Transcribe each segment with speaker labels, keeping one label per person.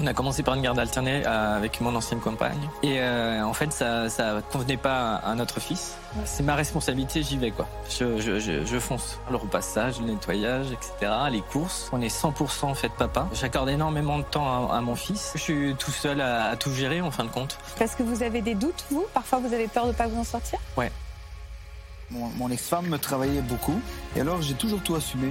Speaker 1: On a commencé par une garde alternée euh, avec mon ancienne compagne. Et euh, en fait, ça, ça convenait pas à notre fils. C'est ma responsabilité, j'y vais quoi. Je, je, je, je fonce. Le repassage, le nettoyage, etc. Les courses. On est 100% fait papa. J'accorde énormément de temps à, à mon fils. Je suis tout seul à, à tout gérer en fin de compte.
Speaker 2: Parce que vous avez des doutes, vous Parfois, vous avez peur de ne pas vous en sortir
Speaker 3: Mon, mon ex-femme me travaillait beaucoup. Et alors, j'ai toujours tout assumé.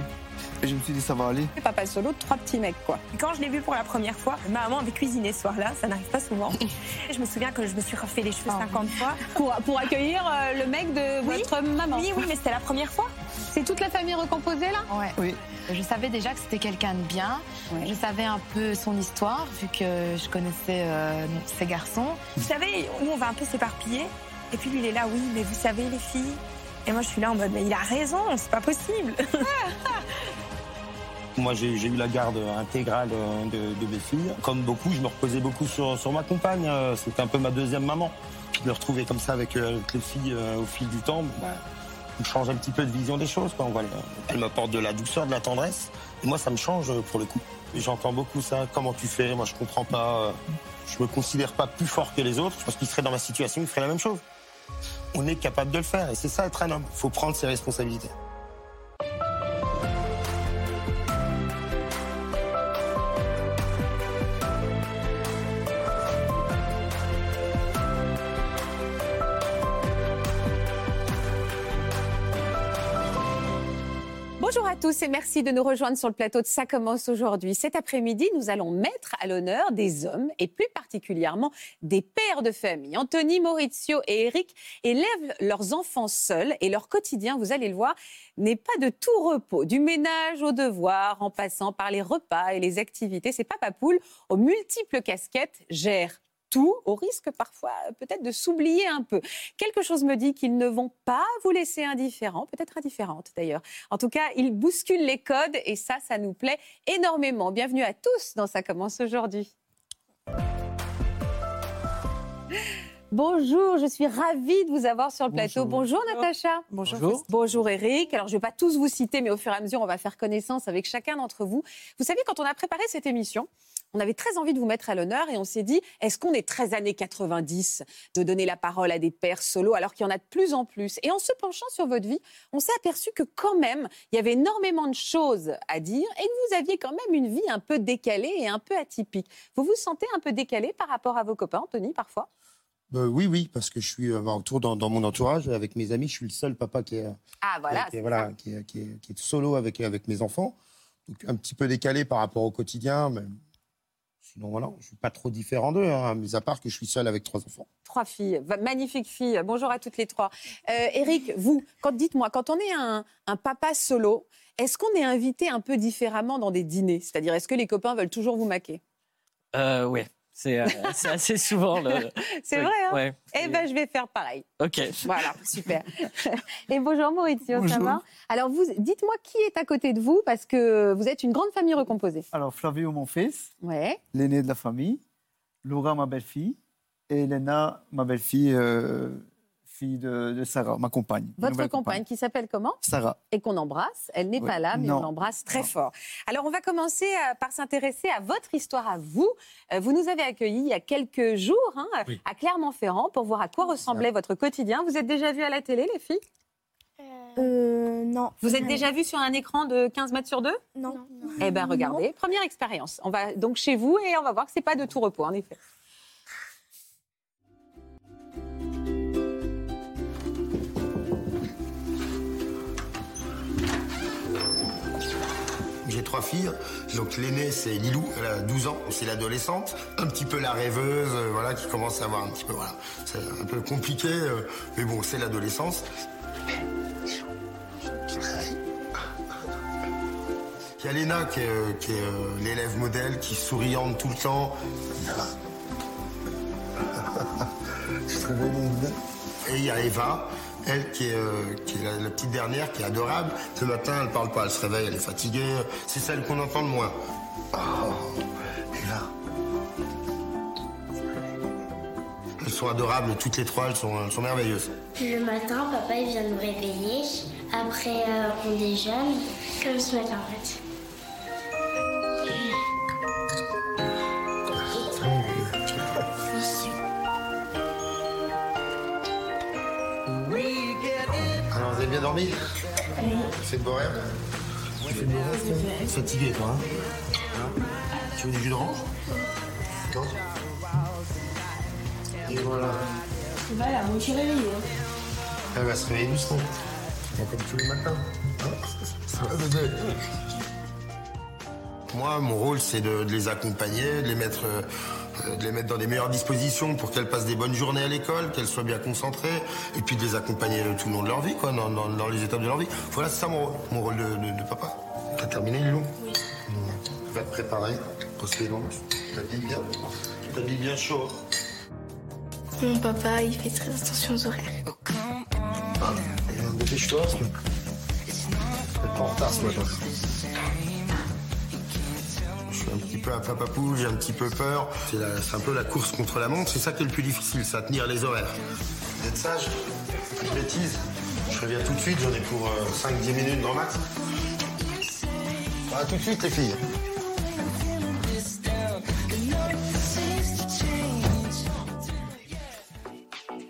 Speaker 3: Et je me suis dit, ça va aller.
Speaker 2: Papa solo, trois petits mecs, quoi.
Speaker 4: Quand je l'ai vu pour la première fois, ma maman avait cuisiné ce soir-là, ça n'arrive pas souvent. Et je me souviens que je me suis refait les cheveux
Speaker 2: Ah.
Speaker 4: 50 fois.
Speaker 2: Pour, pour accueillir euh, le mec de
Speaker 4: Oui.
Speaker 2: votre maman.
Speaker 4: Oui, oui, mais c'était la première fois.
Speaker 2: C'est toute la famille recomposée, là
Speaker 5: Ouais.
Speaker 3: Oui.
Speaker 5: Je savais déjà que c'était quelqu'un de bien.
Speaker 2: Ouais.
Speaker 5: Je savais un peu son histoire, vu que je connaissais euh, ses garçons.
Speaker 4: Vous savez, nous, on va un peu s'éparpiller. Et puis lui, il est là, oui, mais vous savez, les filles. Et moi, je suis là en mode, mais il a raison, c'est pas possible.
Speaker 6: Moi, j'ai j'ai eu la garde intégrale euh, de, de mes filles. Comme beaucoup, je me reposais beaucoup sur, sur ma compagne. euh, C'était un peu ma deuxième maman. Puis de le retrouver comme ça avec, euh, avec les filles euh, au fil du temps, bah, on change un petit peu de vision des choses. Quoi. On voit, le- elle m'apporte de la douceur, de la tendresse. Et moi, ça me change euh, pour le coup. Et J'entends beaucoup ça. Comment tu fais Moi, je comprends pas. euh, Je me considère pas plus fort que les autres. Je pense qu'ils seraient dans ma situation, ils feraient la même chose. On est capable de le faire. Et c'est ça, être un homme. faut prendre ses responsabilités.
Speaker 7: Bonjour à tous et merci de nous rejoindre sur le plateau de Ça commence aujourd'hui. Cet après-midi, nous allons mettre à l'honneur des hommes et plus particulièrement des pères de famille. Anthony, Maurizio et Eric élèvent leurs enfants seuls et leur quotidien, vous allez le voir, n'est pas de tout repos. Du ménage aux devoirs, en passant par les repas et les activités, ces papas poules aux multiples casquettes gèrent tout au risque parfois euh, peut-être de s'oublier un peu. Quelque chose me dit qu'ils ne vont pas vous laisser indifférents, peut-être indifférentes d'ailleurs. En tout cas, il bouscule les codes et ça, ça nous plaît énormément. Bienvenue à tous dans Ça commence aujourd'hui. Bonjour, je suis ravie de vous avoir sur le plateau. Bonjour, Natacha.
Speaker 1: Bonjour. Bonjour.
Speaker 7: Bonjour Eric. Alors je ne vais pas tous vous citer, mais au fur et à mesure, on va faire connaissance avec chacun d'entre vous. Vous savez, quand on a préparé cette émission, on avait très envie de vous mettre à l'honneur et on s'est dit, est-ce qu'on est très années 90 de donner la parole à des pères solos alors qu'il y en a de plus en plus Et en se penchant sur votre vie, on s'est aperçu que quand même, il y avait énormément de choses à dire et que vous aviez quand même une vie un peu décalée et un peu atypique. Vous vous sentez un peu décalé par rapport à vos copains, Anthony, parfois
Speaker 6: Euh, oui, oui, parce que je suis euh, autour dans, dans mon entourage, avec mes amis, je suis le seul papa qui est,
Speaker 7: Ah voilà,
Speaker 6: qui est- voilà, qui est- qui est- qui est solo avec, avec mes enfants. Donc un petit peu décalé par rapport au quotidien, mais sinon voilà, je suis pas trop différent d'eux, hein, mis à part que je suis seul avec trois enfants.
Speaker 7: trois filles, va- magnifiques filles. Bonjour à toutes les trois. Euh, Eric, vous, quand dites-moi, quand on est un, un papa solo, est-ce qu'on est invité un peu différemment dans des dîners C'est-à-dire, est-ce que les copains veulent toujours vous maquer
Speaker 1: Euh, ouais, c'est euh, c'est assez souvent le.
Speaker 7: C'est vrai, hein
Speaker 1: Ouais.
Speaker 7: Eh ben, je vais faire pareil.
Speaker 1: Ok.
Speaker 7: Voilà, super. Et bonjour Maurizio, ça
Speaker 8: Bonjour.
Speaker 7: va Alors, vous, dites-moi qui est à côté de vous, parce que vous êtes une grande famille recomposée.
Speaker 8: Alors, Flavio, mon fils,
Speaker 7: Ouais.
Speaker 8: l'aîné de la famille, Laura, ma belle-fille, et Elena, ma belle-fille, euh, fille de, de Sarah, ma compagne. ma
Speaker 7: Votre
Speaker 8: nouvelle
Speaker 7: compagne, qui s'appelle comment
Speaker 8: Sarah.
Speaker 7: Et qu'on embrasse. Elle n'est
Speaker 8: Oui.
Speaker 7: pas là, mais on
Speaker 8: Non.
Speaker 7: l'embrasse très
Speaker 8: Non.
Speaker 7: fort. Alors, on va commencer euh, par s'intéresser à votre histoire, à vous. Euh, Vous nous avez accueillis il y a quelques jours hein,
Speaker 6: Oui.
Speaker 7: à Clermont-Ferrand pour voir à quoi ressemblait votre quotidien. Vous êtes déjà vus à la télé, les filles
Speaker 9: Euh, non.
Speaker 7: Vous êtes déjà vus sur un écran de 15 mètres sur deux
Speaker 9: Non.
Speaker 7: Eh bien, regardez, première expérience. On va donc chez vous et on va voir que c'est pas de tout repos, en effet.
Speaker 6: J'ai trois filles, donc l'aînée c'est Lilou, elle a 12 ans, c'est l'adolescente, un petit peu la rêveuse, euh, voilà, qui commence à avoir un petit peu, voilà, c'est un peu compliqué, euh, mais bon, c'est l'adolescence. Il y a Léna qui est, euh, qui est, euh, l'élève modèle, qui est souriante tout le temps. Je te réveille, mon boudin. Et il y a Eva, elle qui est, euh, qui est la, la petite dernière, qui est adorable. Ce matin, elle parle pas, elle se réveille, elle est fatiguée. C'est celle qu'on entend le moins. Oh, Eva. Elles sont adorables, toutes les trois, elles sont, elles sont merveilleuses.
Speaker 10: Le matin, papa il vient nous réveiller. Après, euh, on déjeune, comme ce matin en fait.
Speaker 6: Alors, vous avez bien dormi C'est de beaux rêves Tu fais des rêves, toi Fatigué, toi. hein Hein tu veux du jus d'orange D'accord Et voilà.
Speaker 10: Voilà, on s'est réveillé.
Speaker 6: Elle bah, va se réveiller doucement. Comme tous les matins. Hein Ça va, bébé Moi, mon rôle, c'est de, de les accompagner, de les mettre. euh, de les mettre dans des meilleures dispositions pour qu'elles passent des bonnes journées à l'école, qu'elles soient bien concentrées, et puis de les accompagner tout le long de leur vie, quoi, dans, dans- dans les étapes de leur vie. Voilà, c'est ça mon rôle, mon rôle de, de- de papa. T'as terminé, Lilou Oui. Va te préparer, procéder T'habilles bien. T'habilles bien chaud.
Speaker 10: Mon papa, il fait très attention aux horaires.
Speaker 6: Ah, Dépêche-toi, parce que. T'es pas en retard ce matin. Je suis un petit peu à papa poule, j'ai un petit peu peur. C'est la- c'est un peu la course contre la montre, c'est ça qui est le plus difficile, ça, tenir les horaires. Vous êtes sage Une bêtise Je reviens tout de suite, j'en ai pour euh, 5-10 minutes grand max. À tout de suite les filles.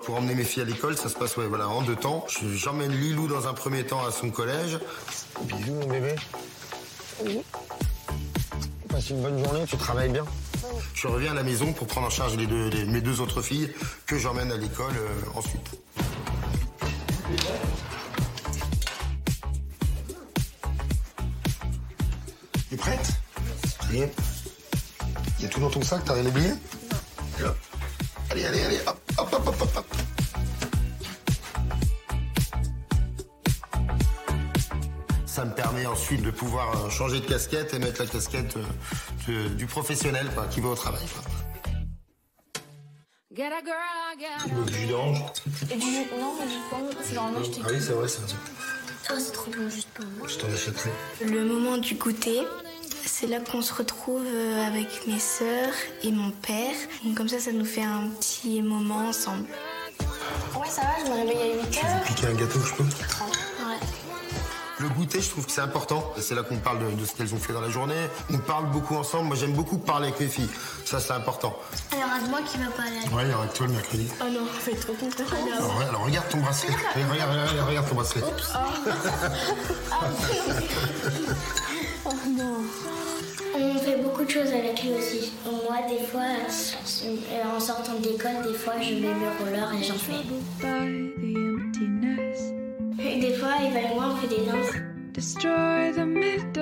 Speaker 6: Pour emmener mes filles à l'école, ça se passe ouais, voilà, en deux temps. Je- J'emmène Lilou dans un premier temps à son collège. Bisous mon bébé. Passe une bonne journée, tu travailles bien. Je reviens à la maison pour prendre en charge les deux- les- mes deux autres filles que j'emmène à l'école euh, ensuite. Tu es prête Ça y est. Il y a tout dans ton sac, t'as les billets Là. Allez, allez, allez, hop, hop, hop, hop, hop, hop. Ça me permet ensuite de pouvoir euh, changer de casquette et mettre la casquette euh, de- du professionnel quoi, qui va au travail. quoi. Du jus d'orange
Speaker 10: Et du jus Non, mais du pomme, c'est normalement je t'ai
Speaker 6: Ah oui, c'est vrai, ça.
Speaker 10: Oh, c'est trop bon, juste pour moi.
Speaker 6: Je t'en achèterai.
Speaker 10: Le moment du goûter, c'est là qu'on se retrouve euh, avec mes sœurs et mon père. Donc comme ça, ça nous fait un petit moment ensemble. Ouais, ça va, je me réveille à 8 heures.
Speaker 6: Piquer un gâteau, je peux
Speaker 10: Ouais.
Speaker 6: Le goûter, je trouve que c'est important. C'est là qu'on parle de, de ce qu'elles ont fait dans la journée. On parle beaucoup ensemble. Moi, j'aime beaucoup parler avec mes filles. Ça, c'est important.
Speaker 10: Alors, à moi qui va pas aller.
Speaker 6: Ouais, il y aura que toi le mercredi.
Speaker 10: Oh non, fait trop content.
Speaker 6: Alors, ouais, alors, regarde ton bracelet. Allez, regarde, regarde, regarde, regarde ton bracelet.
Speaker 10: On fait beaucoup de choses avec lui aussi. Moi, des fois, euh, en sortant de l'école, des fois, je mets le roller et j'en fais. Et des fois, Eva et moi, on fait des danses.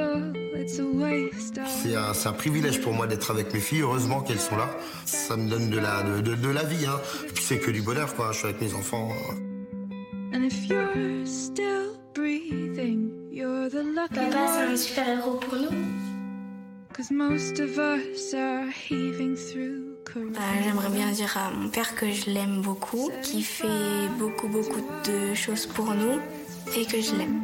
Speaker 5: Oh,
Speaker 6: C'est un, c'est un privilège pour moi d'être avec mes filles. Heureusement qu'elles sont là. Ça me donne de la, de, de- de la vie. Hein. Et puis, c'est que du bonheur, quoi. Je suis avec mes enfants.
Speaker 4: Eh ben,
Speaker 10: Papa, c'est un super héros pour nous. Bah, J'aimerais bien dire à mon père que je l'aime beaucoup, qu'il fait beaucoup, beaucoup de choses pour nous et que je l'aime.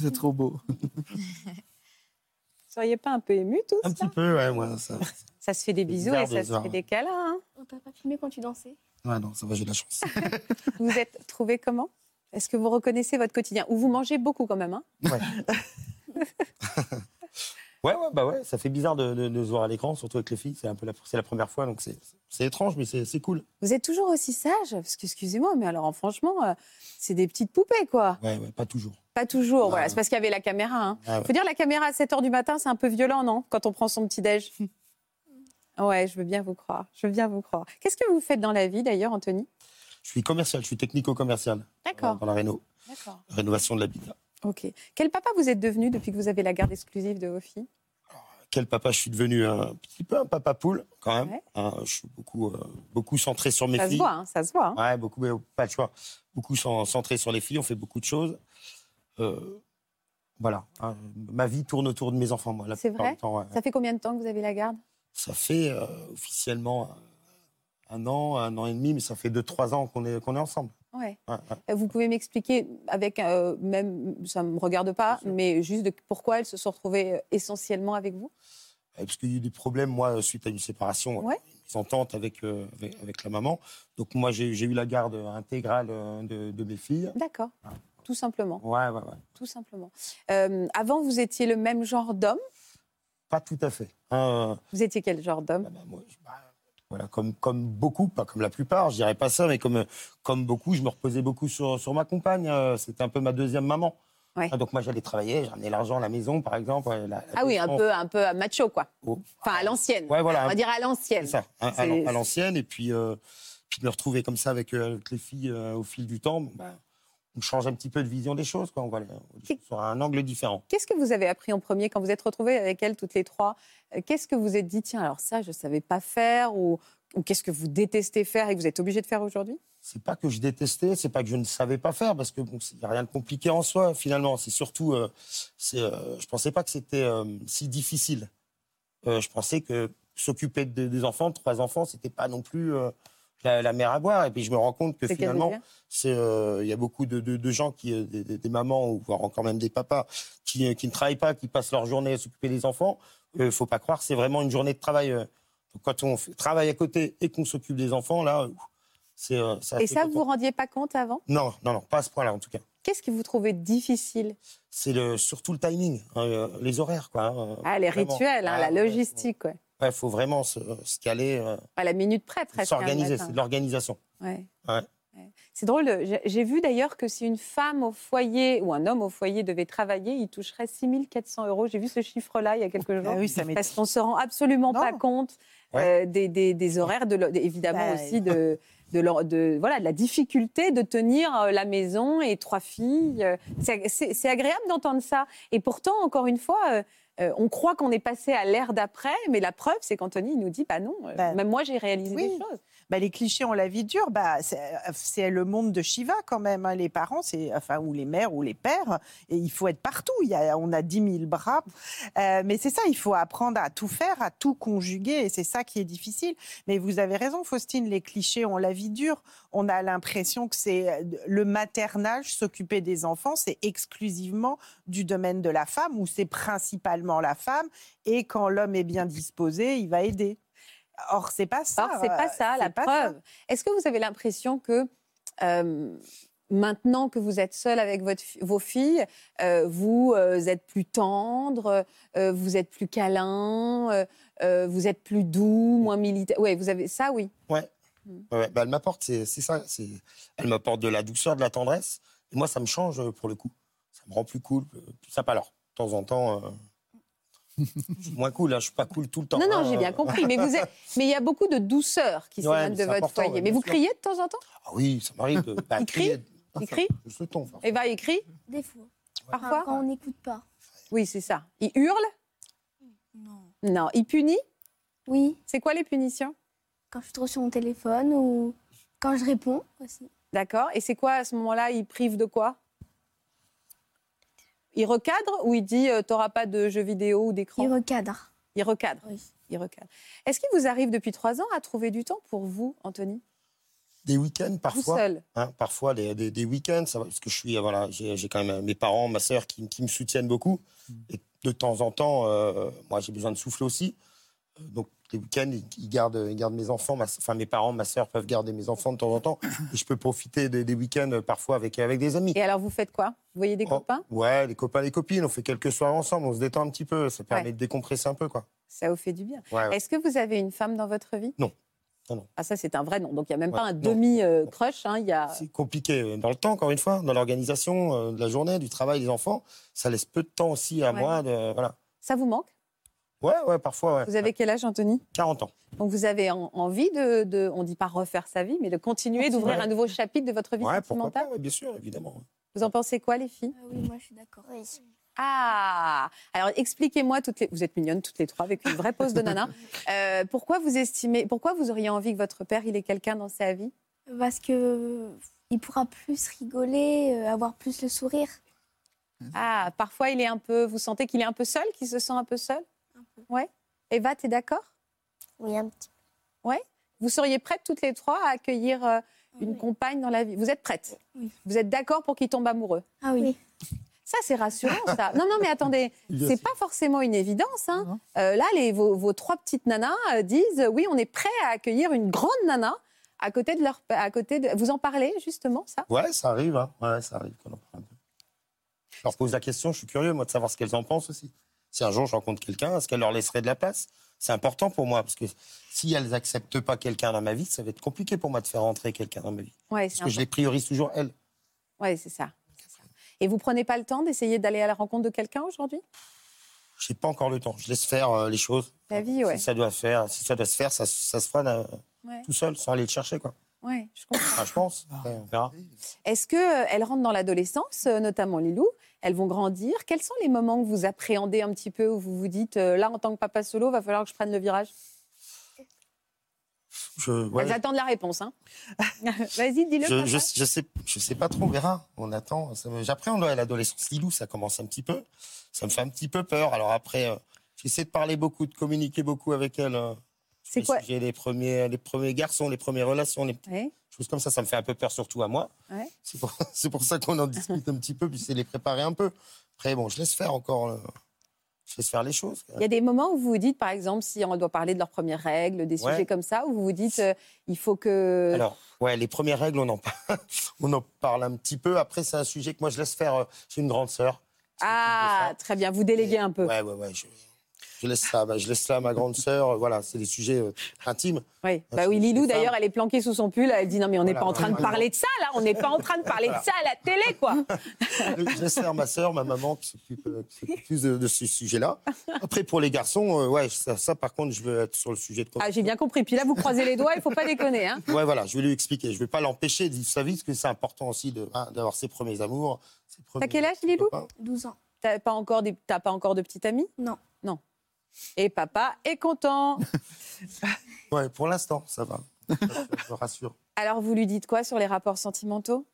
Speaker 8: C'est trop beau.
Speaker 7: Vous seriez pas un peu ému tous
Speaker 6: Un
Speaker 7: là
Speaker 6: petit peu, ouais, moi. Ça...
Speaker 7: Ça se fait des bisous
Speaker 6: bizarre
Speaker 7: et
Speaker 6: de
Speaker 7: ça se
Speaker 6: voir.
Speaker 7: fait des câlins. hein.
Speaker 9: On t'a pas filmé quand tu dansais
Speaker 6: Ouais, non, ça va, j'ai de la chance.
Speaker 7: Vous êtes trouvés comment Est-ce que vous reconnaissez votre quotidien Ou vous mangez beaucoup quand même hein
Speaker 6: Ouais, ouais, bah ouais, ça fait bizarre de, de, de se voir à l'écran, surtout avec les filles. C'est un peu la, c'est la première fois, donc c'est, c'est étrange, mais c'est, c'est cool.
Speaker 7: Vous êtes toujours aussi sage Parce que, excusez-moi, mais alors franchement, euh, c'est des petites poupées, quoi.
Speaker 6: Ouais, ouais, pas toujours.
Speaker 7: Pas toujours.
Speaker 6: Ah
Speaker 7: Voilà,
Speaker 6: ouais.
Speaker 7: c'est parce qu'il y avait la caméra. hein.
Speaker 6: Ah ouais.
Speaker 7: Faut dire, la caméra à 7 h du matin, c'est un peu violent, non Quand on prend son petit-déj. Ouais, je veux bien vous croire. Je veux bien vous croire. Qu'est-ce que vous faites dans la vie, d'ailleurs, Anthony
Speaker 6: Je suis commercial, je suis technico-commercial euh,
Speaker 7: D'accord.
Speaker 6: dans la réno,
Speaker 7: D'accord.
Speaker 6: rénovation de l'habitat.
Speaker 7: Ok. Quel papa vous êtes devenu depuis que vous avez la garde exclusive de vos filles
Speaker 6: Quel papa je suis devenu Un petit peu un papa poule, quand même.
Speaker 7: Ouais.
Speaker 6: Hein, je suis beaucoup, euh, beaucoup centré sur mes
Speaker 7: Ça se
Speaker 6: filles.
Speaker 7: voit, hein, ça se voit. hein.
Speaker 6: Ouais, beaucoup, mais pas de choix. Beaucoup cen- centré sur les filles, on fait beaucoup de choses. Euh, voilà, hein, ma vie tourne autour de mes enfants, moi. la
Speaker 7: C'est
Speaker 6: plupart
Speaker 7: vrai
Speaker 6: du temps, ouais.
Speaker 7: Ça fait combien de temps que vous avez la garde
Speaker 6: Ça fait euh, officiellement un an, un an et demi, mais ça fait deux, trois ans qu'on est, qu'on est ensemble.
Speaker 7: Ouais.
Speaker 6: Ouais, ouais.
Speaker 7: Euh, Vous pouvez m'expliquer, avec euh, même, ça ne me regarde pas, mais juste de- pourquoi elles se sont retrouvées euh, essentiellement avec vous
Speaker 6: Euh, parce qu'il y a eu des problèmes, moi, suite à une séparation,
Speaker 7: Ouais.
Speaker 6: une entente avec, euh, avec, avec la maman. Donc, moi, j'ai j'ai eu la garde intégrale euh, de, de mes filles.
Speaker 7: D'accord,
Speaker 6: Ah.
Speaker 7: tout simplement.
Speaker 6: Ouais, ouais, ouais.
Speaker 7: Tout simplement. Euh, avant, vous étiez le même genre d'homme.
Speaker 6: Pas tout à fait. hein. Euh, bah,
Speaker 7: Vous étiez quel genre d'homme
Speaker 6: voilà, comme, comme beaucoup, pas comme la plupart, je dirais pas ça, mais comme, comme beaucoup, je me reposais beaucoup sur, sur ma compagne. euh, C'était un peu ma deuxième maman.
Speaker 7: Ouais.
Speaker 6: Ah, donc, moi, j'allais travailler, je ramenais l'argent à la maison, par exemple. ouais, la- la
Speaker 7: Ah oui, un
Speaker 6: confiance.
Speaker 7: peu, un peu macho, quoi.
Speaker 6: Oh.
Speaker 7: Enfin, à l'ancienne.
Speaker 6: Ouais, voilà,
Speaker 7: On
Speaker 6: un-
Speaker 7: va dire à l'ancienne.
Speaker 6: C'est ça, à, à
Speaker 7: C'est-
Speaker 6: l'an- à l'ancienne. Et puis, euh, puis de me retrouver comme ça avec, euh, avec les filles euh, au fil du temps, bon, bah, on change un petit peu de vision des choses. Quoi. On va les- on les- sur un angle différent.
Speaker 7: Qu'est-ce que vous avez appris en premier quand vous êtes retrouvés avec elles toutes les trois Euh, Qu'est-ce que vous êtes dit Tiens, alors ça, je ne savais pas faire ou, ou qu'est-ce que vous détestez faire et que vous êtes obligé de faire aujourd'hui
Speaker 6: C'est pas que je détestais, c'est pas que je ne savais pas faire, parce que bon, il n'y a rien de compliqué en soi, finalement. C'est surtout, euh, c'est, euh, je pensais pas que c'était euh, si difficile. Euh, je pensais que s'occuper de- des enfants, de trois enfants, c'était pas non plus euh, la, la mer à boire. Et puis je me rends compte que
Speaker 7: C'est qu'elles
Speaker 6: finalement,
Speaker 7: veulent bien.
Speaker 6: c'est, euh, il y a beaucoup de, de- de gens qui, euh, des, des- des mamans ou voire encore même des papas, qui, euh, qui ne travaillent pas, qui passent leur journée à s'occuper des enfants. Euh, faut pas croire, c'est vraiment une journée de travail. euh. Donc, quand on fait- travaille à côté et qu'on s'occupe des enfants, là, euh, c'est. euh, c'est
Speaker 7: Et
Speaker 6: assez
Speaker 7: ça, vous
Speaker 6: content.
Speaker 7: vous rendiez pas compte avant
Speaker 6: Non, non, non, pas à ce point-là en tout cas.
Speaker 7: Qu'est-ce que vous trouvez difficile
Speaker 6: C'est le, surtout le timing, hein, euh, les horaires, quoi. hein, euh,
Speaker 7: Ah, les
Speaker 6: vraiment.
Speaker 7: rituels, hein,
Speaker 6: Ah,
Speaker 7: la
Speaker 6: ouais,
Speaker 7: logistique, ouais.
Speaker 6: ouais, faut vraiment se, se caler, euh,
Speaker 7: à la minute près presque. hein, le
Speaker 6: s'organiser,
Speaker 7: matin.
Speaker 6: c'est de l'organisation.
Speaker 7: Ouais.
Speaker 6: Ouais.
Speaker 7: C'est drôle, euh, j'ai- j'ai vu d'ailleurs que si une femme au foyer ou un homme au foyer devait travailler, il toucherait 6 400 euros. J'ai vu ce chiffre-là il y a quelques jours.
Speaker 5: Ah oui, ça m'étonne.
Speaker 7: parce qu'on ne se rend absolument pas compte
Speaker 6: Ouais.
Speaker 7: euh, des, des- des horaires, de, l'o- évidemment
Speaker 5: Bah,
Speaker 7: aussi de, de, l'or- de- voilà, de la difficulté de tenir euh, la maison et trois filles. euh, c'est ag- C'est c'est agréable d'entendre ça. Et pourtant, encore une fois, euh, euh, on croit qu'on est passé à l'ère d'après, mais la preuve, c'est qu'Anthony il nous dit, bah non, euh,
Speaker 11: Bah,
Speaker 7: même moi j'ai réalisé
Speaker 11: oui.
Speaker 7: des choses.
Speaker 11: Bah, les clichés ont la vie dure. Bah, c'est c'est le monde de Shiva quand même. hein. Les parents, c'est enfin ou les mères ou les pères. Et il faut être partout. Il y a, on a 10 000 bras. Euh, mais c'est ça, il faut apprendre à tout faire, à tout conjuguer. Et c'est ça qui est difficile. Mais vous avez raison, Faustine. Les clichés ont la vie dure. On a l'impression que c'est euh, le maternage, s'occuper des enfants, c'est exclusivement du domaine de la femme ou c'est principalement la femme. Et quand l'homme est bien disposé, il va aider. Or, c'est pas ça.
Speaker 7: Or, c'est pas ça,
Speaker 11: C'est
Speaker 7: la
Speaker 11: pas ça.
Speaker 7: preuve. Est-ce que vous avez l'impression que euh, maintenant que vous êtes seul avec votre fi- vos filles, euh, vous euh, êtes plus tendre, euh, vous êtes plus câlin, euh, euh, vous êtes plus doux, moins militaire Oui, vous avez ça, oui.
Speaker 6: Ouais. Ouais, bah, elle m'apporte, c'est c'est ça. c'est- Elle m'apporte de la douceur, de la tendresse. Et moi, ça me change euh, pour le coup. Ça me rend plus cool, euh, plus sympa. Alors, de temps en temps, euh, je suis moins cool. Hein, je suis pas cool tout le temps.
Speaker 7: Non, non,
Speaker 6: hein,
Speaker 7: j'ai bien
Speaker 6: euh.
Speaker 7: compris. Mais, vous êtes... mais il y a beaucoup de douceur qui
Speaker 6: Ouais,
Speaker 7: s'émane de
Speaker 6: mais c'est
Speaker 7: votre
Speaker 6: important,
Speaker 7: foyer.
Speaker 6: ouais,
Speaker 7: Mais
Speaker 6: bien
Speaker 7: vous
Speaker 6: sûr.
Speaker 7: criez de temps en temps
Speaker 6: Ah oui, ça m'arrive de. bah,
Speaker 7: Il crie
Speaker 6: crier. Ah,
Speaker 7: Il
Speaker 6: ça-
Speaker 7: crie
Speaker 6: Je le tombe.
Speaker 7: Eva, il crie
Speaker 9: Des fois.
Speaker 7: Parfois
Speaker 9: Quand on n'écoute pas.
Speaker 7: Oui, c'est ça. Il hurle Non. Non, il punit
Speaker 9: Oui,
Speaker 7: C'est quoi les punitions
Speaker 9: quand je suis trop sur mon téléphone ou quand je réponds aussi.
Speaker 7: D'accord. Et c'est quoi à ce moment-là Il prive de quoi Il recadre ou il dit euh, t'auras pas de jeux vidéo ou d'écran
Speaker 9: Il recadre.
Speaker 7: Il recadre.
Speaker 9: Oui.
Speaker 7: Il recadre. Est-ce qu'il vous arrive depuis trois ans à trouver du temps pour vous, Anthony
Speaker 6: Des week-ends,
Speaker 7: Vous
Speaker 6: parfois.
Speaker 7: seul.
Speaker 6: Hein, parfois, des, des- des week-ends, ça va, parce que je suis, euh, voilà, j'ai j'ai quand même euh, mes parents, ma sœur qui, qui me soutiennent beaucoup.
Speaker 7: Mm.
Speaker 6: Et de temps en temps, euh, moi, j'ai besoin de souffle aussi. Euh, Donc, les week-ends, ils, ils gardent, ils gardent mes enfants, ma s- enfin, mes parents, ma sœur peuvent garder mes enfants de temps en temps. Et je peux profiter des, des week-ends euh, parfois avec, avec des amis.
Speaker 7: Et alors vous faites quoi Vous voyez des
Speaker 6: Oh,
Speaker 7: copains
Speaker 6: Ouais, les copains, les copines, on fait quelques soirs ensemble, on se détend un petit peu, ça permet
Speaker 7: Ouais.
Speaker 6: de décompresser un peu, quoi.
Speaker 7: Ça vous fait du bien.
Speaker 6: Ouais, ouais.
Speaker 7: Est-ce que vous avez une femme dans votre vie
Speaker 6: Euh. Non. Non, non.
Speaker 7: Ah ça c'est un vrai nom. Donc il n'y a même
Speaker 6: Ouais,
Speaker 7: pas un
Speaker 6: non.
Speaker 7: demi-crush. hein. Il y a...
Speaker 6: C'est compliqué euh, dans le temps, encore une fois, dans l'organisation euh, de la journée, du travail, des enfants. Ça laisse peu de temps aussi à
Speaker 7: Ouais.
Speaker 6: moi. De, voilà.
Speaker 7: Ça vous manque
Speaker 6: Ouais, ouais, parfois, ouais.
Speaker 7: Vous avez quel âge, Anthony
Speaker 6: 40 ans.
Speaker 7: Donc vous avez en- envie de, de- on ne dit pas refaire sa vie, mais de continuer d'ouvrir
Speaker 6: Ouais.
Speaker 7: un nouveau chapitre de votre vie
Speaker 6: Ouais, pourquoi
Speaker 7: sentimentale
Speaker 6: pas, ouais, bien sûr, évidemment.
Speaker 7: Vous en pensez quoi, les filles
Speaker 9: Ah oui, moi je suis d'accord.
Speaker 7: Ah Alors expliquez-moi, toutes les... vous êtes mignonnes toutes les trois avec une vraie pose de nana. Euh, pourquoi vous estimez, pourquoi vous auriez envie que votre père, il ait quelqu'un dans sa vie
Speaker 9: Parce que euh, il pourra plus rigoler, euh, avoir plus le sourire.
Speaker 7: Ah, parfois il est un peu, vous sentez qu'il est un peu seul, qu'il se sent un peu seul Ouais. Eva, t'es d'accord
Speaker 9: Oui, un petit
Speaker 7: Vous seriez prêtes toutes les trois à accueillir euh,
Speaker 9: Ah
Speaker 7: une compagne dans la vie. Vous êtes prête Vous êtes d'accord pour qu'il tombe amoureux
Speaker 9: Ah oui.
Speaker 7: Ça, c'est rassurant, ça. Non, non, mais attendez,
Speaker 9: Bien
Speaker 7: c'est
Speaker 9: sûr.
Speaker 7: pas forcément une évidence. hein. Euh, là, les, vos, vos trois petites nanas euh, disent euh, oui, on est prêt à accueillir une grande nana à côté de leur. À côté de... Vous en parlez, justement, ça
Speaker 6: Ouais, ça arrive, hein. ouais, ça arrive qu'on en parle un peu. Je leur pose la question, je suis curieux, moi, de savoir ce qu'elles en pensent aussi. Si un jour je rencontre quelqu'un, est-ce qu'elles leur laisserait de la place C'est important pour moi, parce que si elles n'acceptent pas quelqu'un dans ma vie, ça va être compliqué pour moi de faire entrer quelqu'un dans ma vie.
Speaker 7: Oui,
Speaker 6: Parce que je les priorise toujours, elles.
Speaker 7: ouais, c'est ça. C'est ça. Et vous prenez pas le temps d'essayer d'aller à la rencontre de quelqu'un aujourd'hui
Speaker 6: Je n'ai pas encore le temps, je laisse faire euh, les choses.
Speaker 7: La vie, ouais.
Speaker 6: Si, ça doit faire, si ça doit se faire, ça, ça se fera euh,
Speaker 7: Ouais.
Speaker 6: tout seul, sans aller le chercher, quoi.
Speaker 7: Ouais, je
Speaker 6: Enfin, je pense, Après, on verra.
Speaker 7: Est-ce qu'elles rentrent dans l'adolescence, euh, notamment Lilou Elles vont grandir. Quels sont les moments que vous appréhendez un petit peu, où vous vous dites, euh, là, en tant que papa solo, va falloir que je prenne le virage
Speaker 6: Je, ouais.
Speaker 7: Elles attendent la réponse. hein. Vas-y, dis-le.
Speaker 6: Je,
Speaker 7: papa.
Speaker 6: je, je sais, je sais pas trop, on verra. On attend. Ça me- Après, on doit à l'adolescence. Lilou, ça commence un petit peu. Ça me fait un petit peu peur. Alors après, euh, j'essaie de parler beaucoup, de communiquer beaucoup avec elle. euh,
Speaker 7: C'est
Speaker 6: sur les sujets, les premiers, les premiers garçons, les premières relations, les
Speaker 7: Ouais.
Speaker 6: choses comme ça. Ça me fait un peu peur, surtout à moi.
Speaker 7: Ouais.
Speaker 6: C'est pour, c'est pour ça qu'on en discute un petit peu, puis c'est les préparer un peu. Après, bon, je laisse faire encore. euh, je laisse faire les choses.
Speaker 7: Il y a des moments où vous vous dites, par exemple, si on doit parler de leurs premières règles, des
Speaker 6: Ouais.
Speaker 7: sujets comme ça, où vous vous dites, euh, il faut que.
Speaker 6: Alors, ouais, les premières règles, on en, parle, on en parle un petit peu. Après, c'est un sujet que moi, je laisse faire. euh, J'ai une grande sœur.
Speaker 7: ah, très bien, vous déléguez un peu.
Speaker 6: Ouais, ouais, ouais. Je, je laisse ça, bah, je laisse ça à ma grande sœur. euh, Voilà, c'est des sujets euh, intimes.
Speaker 7: Oui, bah oui, Lilou d'ailleurs, elle est planquée sous son pull. Elle dit non, mais on n'est
Speaker 6: Voilà,
Speaker 7: pas en train de
Speaker 6: voilà.
Speaker 7: parler de ça là, on n'est pas en train de parler de ça à la télé quoi.
Speaker 6: Je laisse faire ma sœur, ma maman qui s'occupe euh, qui s'occupe plus de, de ce sujet-là. Après, pour les garçons, euh, ouais, ça, ça, par contre, je veux être sur le sujet de.
Speaker 7: Ah, j'ai bien compris. Puis là, vous croisez les doigts, il faut pas déconner. Hein.
Speaker 6: Ouais, voilà, je vais lui expliquer. Je vais pas l'empêcher de vivre sa vie, parce que c'est important aussi de- hein, d'avoir ses premiers amours. ses
Speaker 7: T'as
Speaker 6: premiers-
Speaker 7: quel âge, Lilou
Speaker 9: 12 ans.
Speaker 7: T'as pas encore des... t'as pas encore de petite amie
Speaker 9: Non.
Speaker 7: Non. Et papa est content.
Speaker 6: Ouais, pour l'instant, ça va. Je me rassure.
Speaker 7: Alors vous lui dites quoi sur les rapports sentimentaux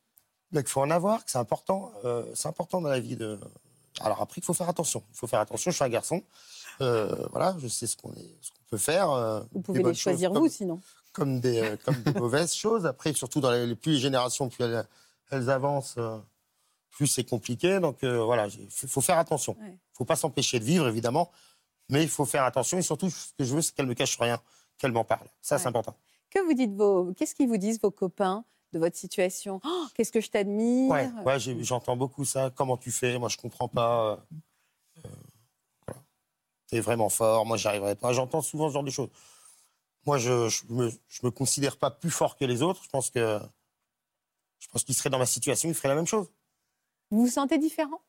Speaker 6: Mais qu'il faut en avoir, que c'est important. euh, c'est important dans la vie de. Alors après, il faut faire attention. Il faut faire attention. Je suis un garçon. euh, voilà, je sais ce qu'on est, ce qu'on peut faire. euh,
Speaker 7: Vous pouvez les choisir vous sinon.
Speaker 6: Comme des, euh, comme des mauvaises choses. Après, surtout dans les, les- plus les générations, plus elles, elles avancent, euh, plus c'est compliqué. Donc euh, voilà, il faut faut faire attention. Il
Speaker 7: Ouais.
Speaker 6: faut pas s'empêcher de vivre, évidemment. Mais il faut faire attention. Et surtout, ce que je veux, c'est qu'elle me cache rien, qu'elle m'en parle. Ça, c'est important.
Speaker 7: Que vous dites vos Qu'est-ce qu'ils vous disent vos copains de votre situation Oh, Qu'est-ce que je t'admire
Speaker 6: Ouais, ouais, j'ai- j'entends beaucoup ça. Comment tu fais Moi, je comprends pas. euh, euh, voilà. T'es vraiment fort. Moi, j'y arriverai pas. J'entends souvent ce genre de choses. Moi, je, je me, je me considère pas plus fort que les autres. Je pense que je pense qu'il serait dans ma situation, il ferait la même chose.
Speaker 7: Vous vous sentez différent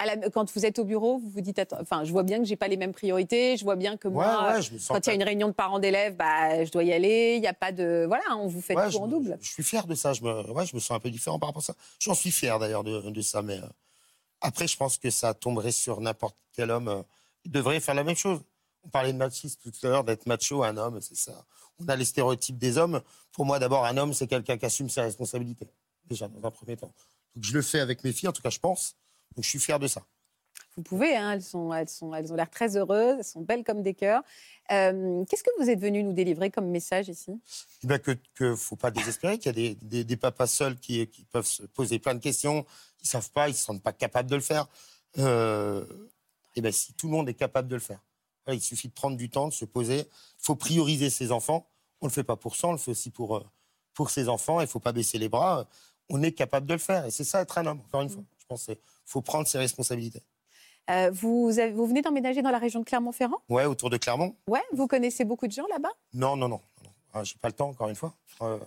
Speaker 7: À la- Quand vous êtes au bureau, vous vous dites attends, enfin, je vois bien que j'ai pas les mêmes priorités, je vois bien que moi,
Speaker 6: ouais, je me sens
Speaker 7: quand il y a une réunion de parents d'élèves, bah, je dois y aller, il n'y a pas de. Voilà, on vous fait
Speaker 6: Ouais,
Speaker 7: tout
Speaker 6: je
Speaker 7: en
Speaker 6: me-
Speaker 7: double.
Speaker 6: Je suis fier de ça. Je me, ouais, je me sens un peu différent par rapport à ça. J'en suis fier d'ailleurs de, de ça. Mais euh, après, je pense que ça tomberait sur n'importe quel homme. euh, il devrait faire la même chose. On parlait de machisme tout à l'heure, d'être macho, un homme, c'est ça. On a les stéréotypes des hommes. Pour moi, d'abord, un homme, c'est quelqu'un qui assume ses responsabilités. Déjà, dans un premier temps. Donc, je le fais avec mes filles, en tout cas, je pense. Donc, je suis fier de ça.
Speaker 7: Vous pouvez, hein, elles, sont, elles, sont, elles ont l'air très heureuses, elles sont belles comme des cœurs. Euh, Qu'est-ce que vous êtes venu nous délivrer comme message ici
Speaker 6: Eh ben, que ne faut pas désespérer, qu'il y a des, des- des papas seuls qui, qui peuvent se poser plein de questions, ils ne savent pas, ils ne se sentent pas capables de le faire. Euh, eh ben, si tout le monde est capable de le faire, Voilà, il suffit de prendre du temps, de se poser. Il faut prioriser ses enfants. On ne le fait pas pour ça, on le fait aussi pour, euh, pour ses enfants. Il ne faut pas baisser les bras. On est capable de le faire. Et c'est ça, être un homme, encore une fois. Je pense qu'il faut prendre ses responsabilités.
Speaker 7: Euh, vous, avez- vous venez d'emménager dans la région de Clermont-Ferrand
Speaker 6: Ouais, autour de Clermont,
Speaker 7: Ouais, vous connaissez beaucoup de gens là-bas
Speaker 6: Non, non, non. non. Ah, J'ai pas le temps, encore une fois. Euh,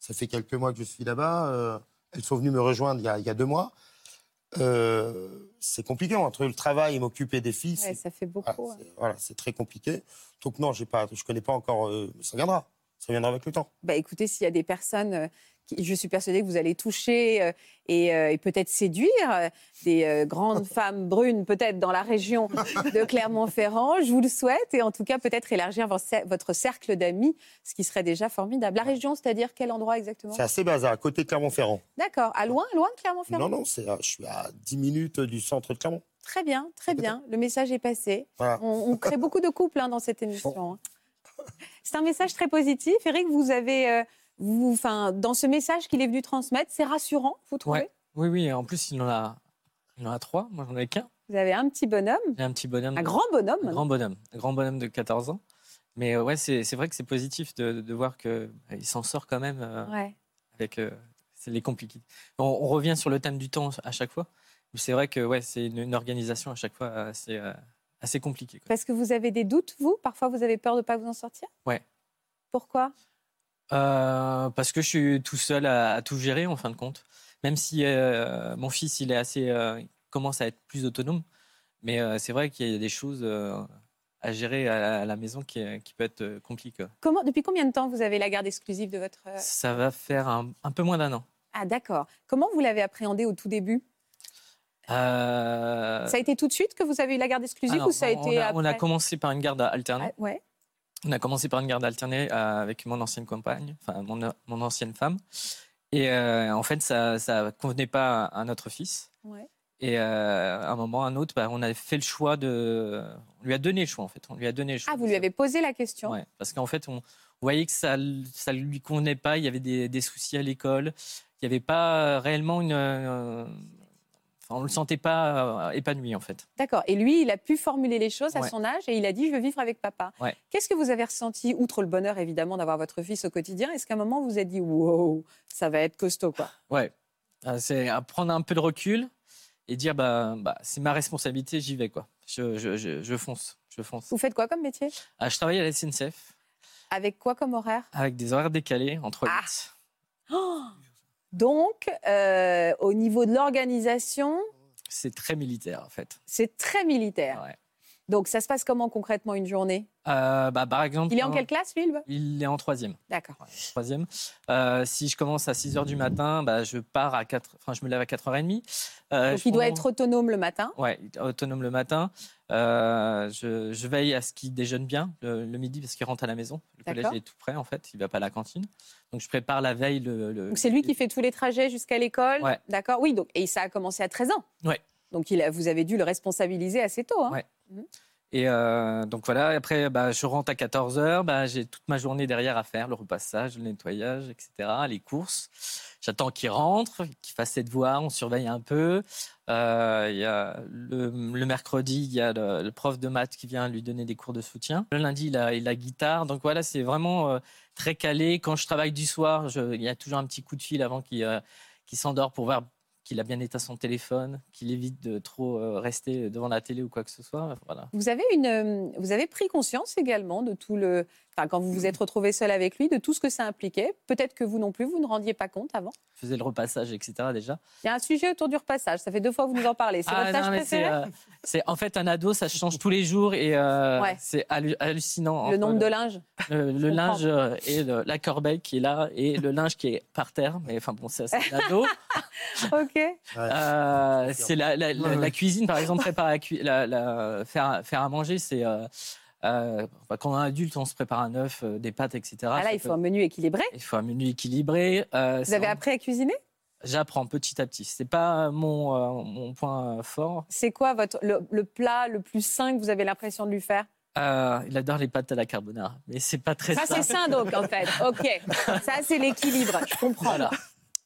Speaker 6: ça fait quelques mois que je suis là-bas. Euh, elles sont venues me rejoindre il y a, il y a deux mois. Euh, c'est compliqué entre le travail et m'occuper des filles.
Speaker 7: Ouais,
Speaker 6: c'est-
Speaker 7: ça fait beaucoup.
Speaker 6: voilà,
Speaker 7: hein.
Speaker 6: c'est- voilà, c'est très compliqué. Donc non, j'ai pas, je connais pas encore. euh, ça viendra. Ça viendra avec le temps.
Speaker 7: Bah, écoutez, s'il y a des personnes, euh, qui, je suis persuadée que vous allez toucher euh, et, euh, et peut-être séduire euh, des euh, grandes femmes brunes, peut-être dans la région de Clermont-Ferrand. Je vous le souhaite et en tout cas peut-être élargir vos cer- votre cercle d'amis, ce qui serait déjà formidable. La région, c'est-à-dire quel endroit exactement
Speaker 6: C'est assez bazar, à côté de Clermont-Ferrand.
Speaker 7: D'accord, à loin, loin de Clermont-Ferrand.
Speaker 6: Non, non, c'est, à- je suis à 10 minutes du centre de Clermont.
Speaker 7: Très bien, très bien. Le message est passé.
Speaker 6: Voilà.
Speaker 7: On, on crée beaucoup de couples hein, dans cette émission. hein. C'est un message très positif. Eric, vous avez, euh, vous, enfin, dans ce message qu'il est venu transmettre, c'est rassurant, vous trouvez
Speaker 1: Ouais. Oui, oui, en plus, il en a, il en a trois, moi j'en ai qu'un.
Speaker 7: Vous avez un petit bonhomme,
Speaker 1: J'ai un petit bonhomme.
Speaker 7: un grand bonhomme.
Speaker 1: Mmh. Un grand bonhomme, un grand bonhomme de 14 ans. Mais euh, ouais, c'est c'est vrai que c'est positif de, de voir qu'il s'en sort quand même euh,
Speaker 7: Ouais.
Speaker 1: avec euh, c'est les compliqués. On, on revient sur le thème du temps à chaque fois. Mais c'est vrai que ouais, c'est une, une organisation à chaque fois assez, euh, assez compliquée. quoi.
Speaker 7: Parce que vous avez des doutes, vous Parfois, vous avez peur de ne pas vous en sortir
Speaker 1: Ouais.
Speaker 7: Pourquoi
Speaker 1: Euh, parce que je suis tout seul à, à tout gérer en fin de compte. Même si euh, mon fils, il est assez, euh, il commence à être plus autonome, mais euh, c'est vrai qu'il y a des choses euh, à gérer à, la- à la maison qui, est- qui peut être euh, compliquées. quoi.
Speaker 7: Comment, Depuis combien de temps vous avez la garde exclusive de votre... euh,
Speaker 1: Ça va faire un, un peu moins d'un an.
Speaker 7: Ah d'accord. Comment vous l'avez appréhendé au tout début
Speaker 1: Euh,
Speaker 7: Ça a été tout de suite que vous avez eu la garde exclusive
Speaker 1: alors,
Speaker 7: ou ça a
Speaker 1: on
Speaker 7: été
Speaker 1: a-
Speaker 7: après
Speaker 1: On a hein. commencé par une garde alternée.
Speaker 7: Ah, ouais.
Speaker 1: On a commencé par une garde alternée euh, avec mon ancienne compagne, enfin mon, mon ancienne femme. Et euh, en fait, ça ne convenait pas à notre fils.
Speaker 7: Ouais.
Speaker 1: Et euh, à un moment, à un autre, bah, on a fait le choix de. On lui a donné le choix, en fait. On lui a donné le choix.
Speaker 7: Ah, vous lui avez posé la question.
Speaker 1: Ouais, parce qu'en fait, on on voyait que ça ne lui convenait pas. Il y avait des, des soucis à l'école. Il n'y avait pas réellement une. euh, Enfin, on ne le sentait pas euh, épanoui, en fait.
Speaker 7: D'accord. Et lui, il a pu formuler les choses à
Speaker 1: Ouais.
Speaker 7: son âge et il a dit, je veux vivre avec papa.
Speaker 1: Ouais.
Speaker 7: Qu'est-ce que vous avez ressenti, outre le bonheur évidemment d'avoir votre fils au quotidien Est-ce qu'à un moment, vous vous êtes dit, wow, ça va être costaud, quoi
Speaker 1: Ouais. Euh, C'est à prendre un peu de recul et dire bah, bah, c'est ma responsabilité, j'y vais, quoi. Je, je, je, je fonce. Je fonce.
Speaker 7: Vous faites quoi comme métier
Speaker 1: Ah, je travaille à la SNCF
Speaker 7: Avec quoi comme horaire
Speaker 1: avec des horaires décalés entre
Speaker 7: Ah.
Speaker 1: huit.
Speaker 7: Oh Donc, euh, au niveau de l'organisation,
Speaker 1: C'est très militaire, en fait.
Speaker 7: c'est très militaire. Donc, ça se passe comment concrètement une journée
Speaker 1: Euh, bah, par exemple.
Speaker 7: Il est en
Speaker 1: quand-
Speaker 7: quelle classe, lui le-
Speaker 1: Il est en troisième.
Speaker 7: D'accord.
Speaker 1: troisième. Euh, si je commence à 6 h du matin, bah, je pars à 4 enfin, je me lève à 4h30. Euh,
Speaker 7: Donc,
Speaker 1: je
Speaker 7: il doit
Speaker 1: prends-
Speaker 7: être autonome le matin.
Speaker 1: Ouais, autonome le matin. Euh, je, je veille à ce qu'il déjeune bien le, le midi parce qu'il rentre à la maison. Le collège
Speaker 7: D'accord.
Speaker 1: il est tout prêt en fait, il va pas à la cantine. Donc je prépare la veille le. le-
Speaker 7: Donc, c'est lui qui fait tous les trajets jusqu'à l'école.
Speaker 1: Ouais.
Speaker 7: D'accord Oui, donc, et ça a commencé à 13 ans.
Speaker 1: Ouais.
Speaker 7: Donc, il a- vous avez dû le responsabiliser assez tôt. hein.
Speaker 1: Et euh, donc voilà, après bah, je rentre à 14h, bah, j'ai toute ma journée derrière à faire, le repassage, le nettoyage, etc., les courses. J'attends qu'il rentre, qu'il fasse ses devoirs, on surveille un peu. Euh, il y a le, le mercredi, il y a le, le prof de maths qui vient lui donner des cours de soutien. Le lundi, il a, il a guitare. Donc voilà, c'est vraiment euh, très calé. Quand je travaille du soir, je- il y a toujours un petit coup de fil avant qu'il euh, qu'il s'endort pour voir qu'il a bien éteint son téléphone, qu'il évite de trop euh, rester devant la télé ou quoi que ce soit. Voilà.
Speaker 7: Vous avez, une, euh, vous avez pris conscience également de tout le. Enfin, quand vous vous êtes retrouvé seul avec lui, de tout ce que ça impliquait. Peut-être que vous non plus, vous ne rendiez pas compte avant.
Speaker 1: je faisais le repassage, etc. déjà.
Speaker 7: Il y a un sujet autour du repassage. Ça fait deux fois que vous nous en parlez. C'est
Speaker 1: Ah,
Speaker 7: votre tâche
Speaker 1: non, mais
Speaker 7: préférée
Speaker 1: c'est, euh, c'est- en fait un ado, ça change tous les jours et euh,
Speaker 7: Ouais.
Speaker 1: c'est hallu- hallucinant.
Speaker 7: Le
Speaker 1: entre
Speaker 7: nombre de linge.
Speaker 1: Le, le
Speaker 7: Je comprends.
Speaker 1: linge euh, et le- la corbeille qui est là et le linge qui est par terre. Mais enfin bon, ça, c'est un ado.
Speaker 7: Ok.
Speaker 1: Ah, Euh, c'est la, la- la-
Speaker 12: Ouais, ouais.
Speaker 1: la cuisine, par exemple, préparer à cui- la- la- faire, faire à manger, c'est euh, euh, bah, quand on est adulte, on se prépare un œuf, euh, des pâtes, etc.
Speaker 7: Ah, là,
Speaker 1: Ça
Speaker 7: il
Speaker 1: peut-
Speaker 7: faut un menu équilibré.
Speaker 1: il faut un menu équilibré. euh,
Speaker 7: Vous
Speaker 1: c'est
Speaker 7: avez
Speaker 1: en-
Speaker 7: appris à cuisiner
Speaker 1: J'apprends petit à petit. C'est pas mon, euh, mon point euh, fort.
Speaker 7: C'est quoi votre, le, le plat le plus sain que vous avez l'impression de lui faire
Speaker 1: Euh, il adore les pâtes à la carbonara, mais c'est pas très
Speaker 7: Ça, c'est sain, donc, en fait. OK. Ça, c'est l'équilibre. Je comprends.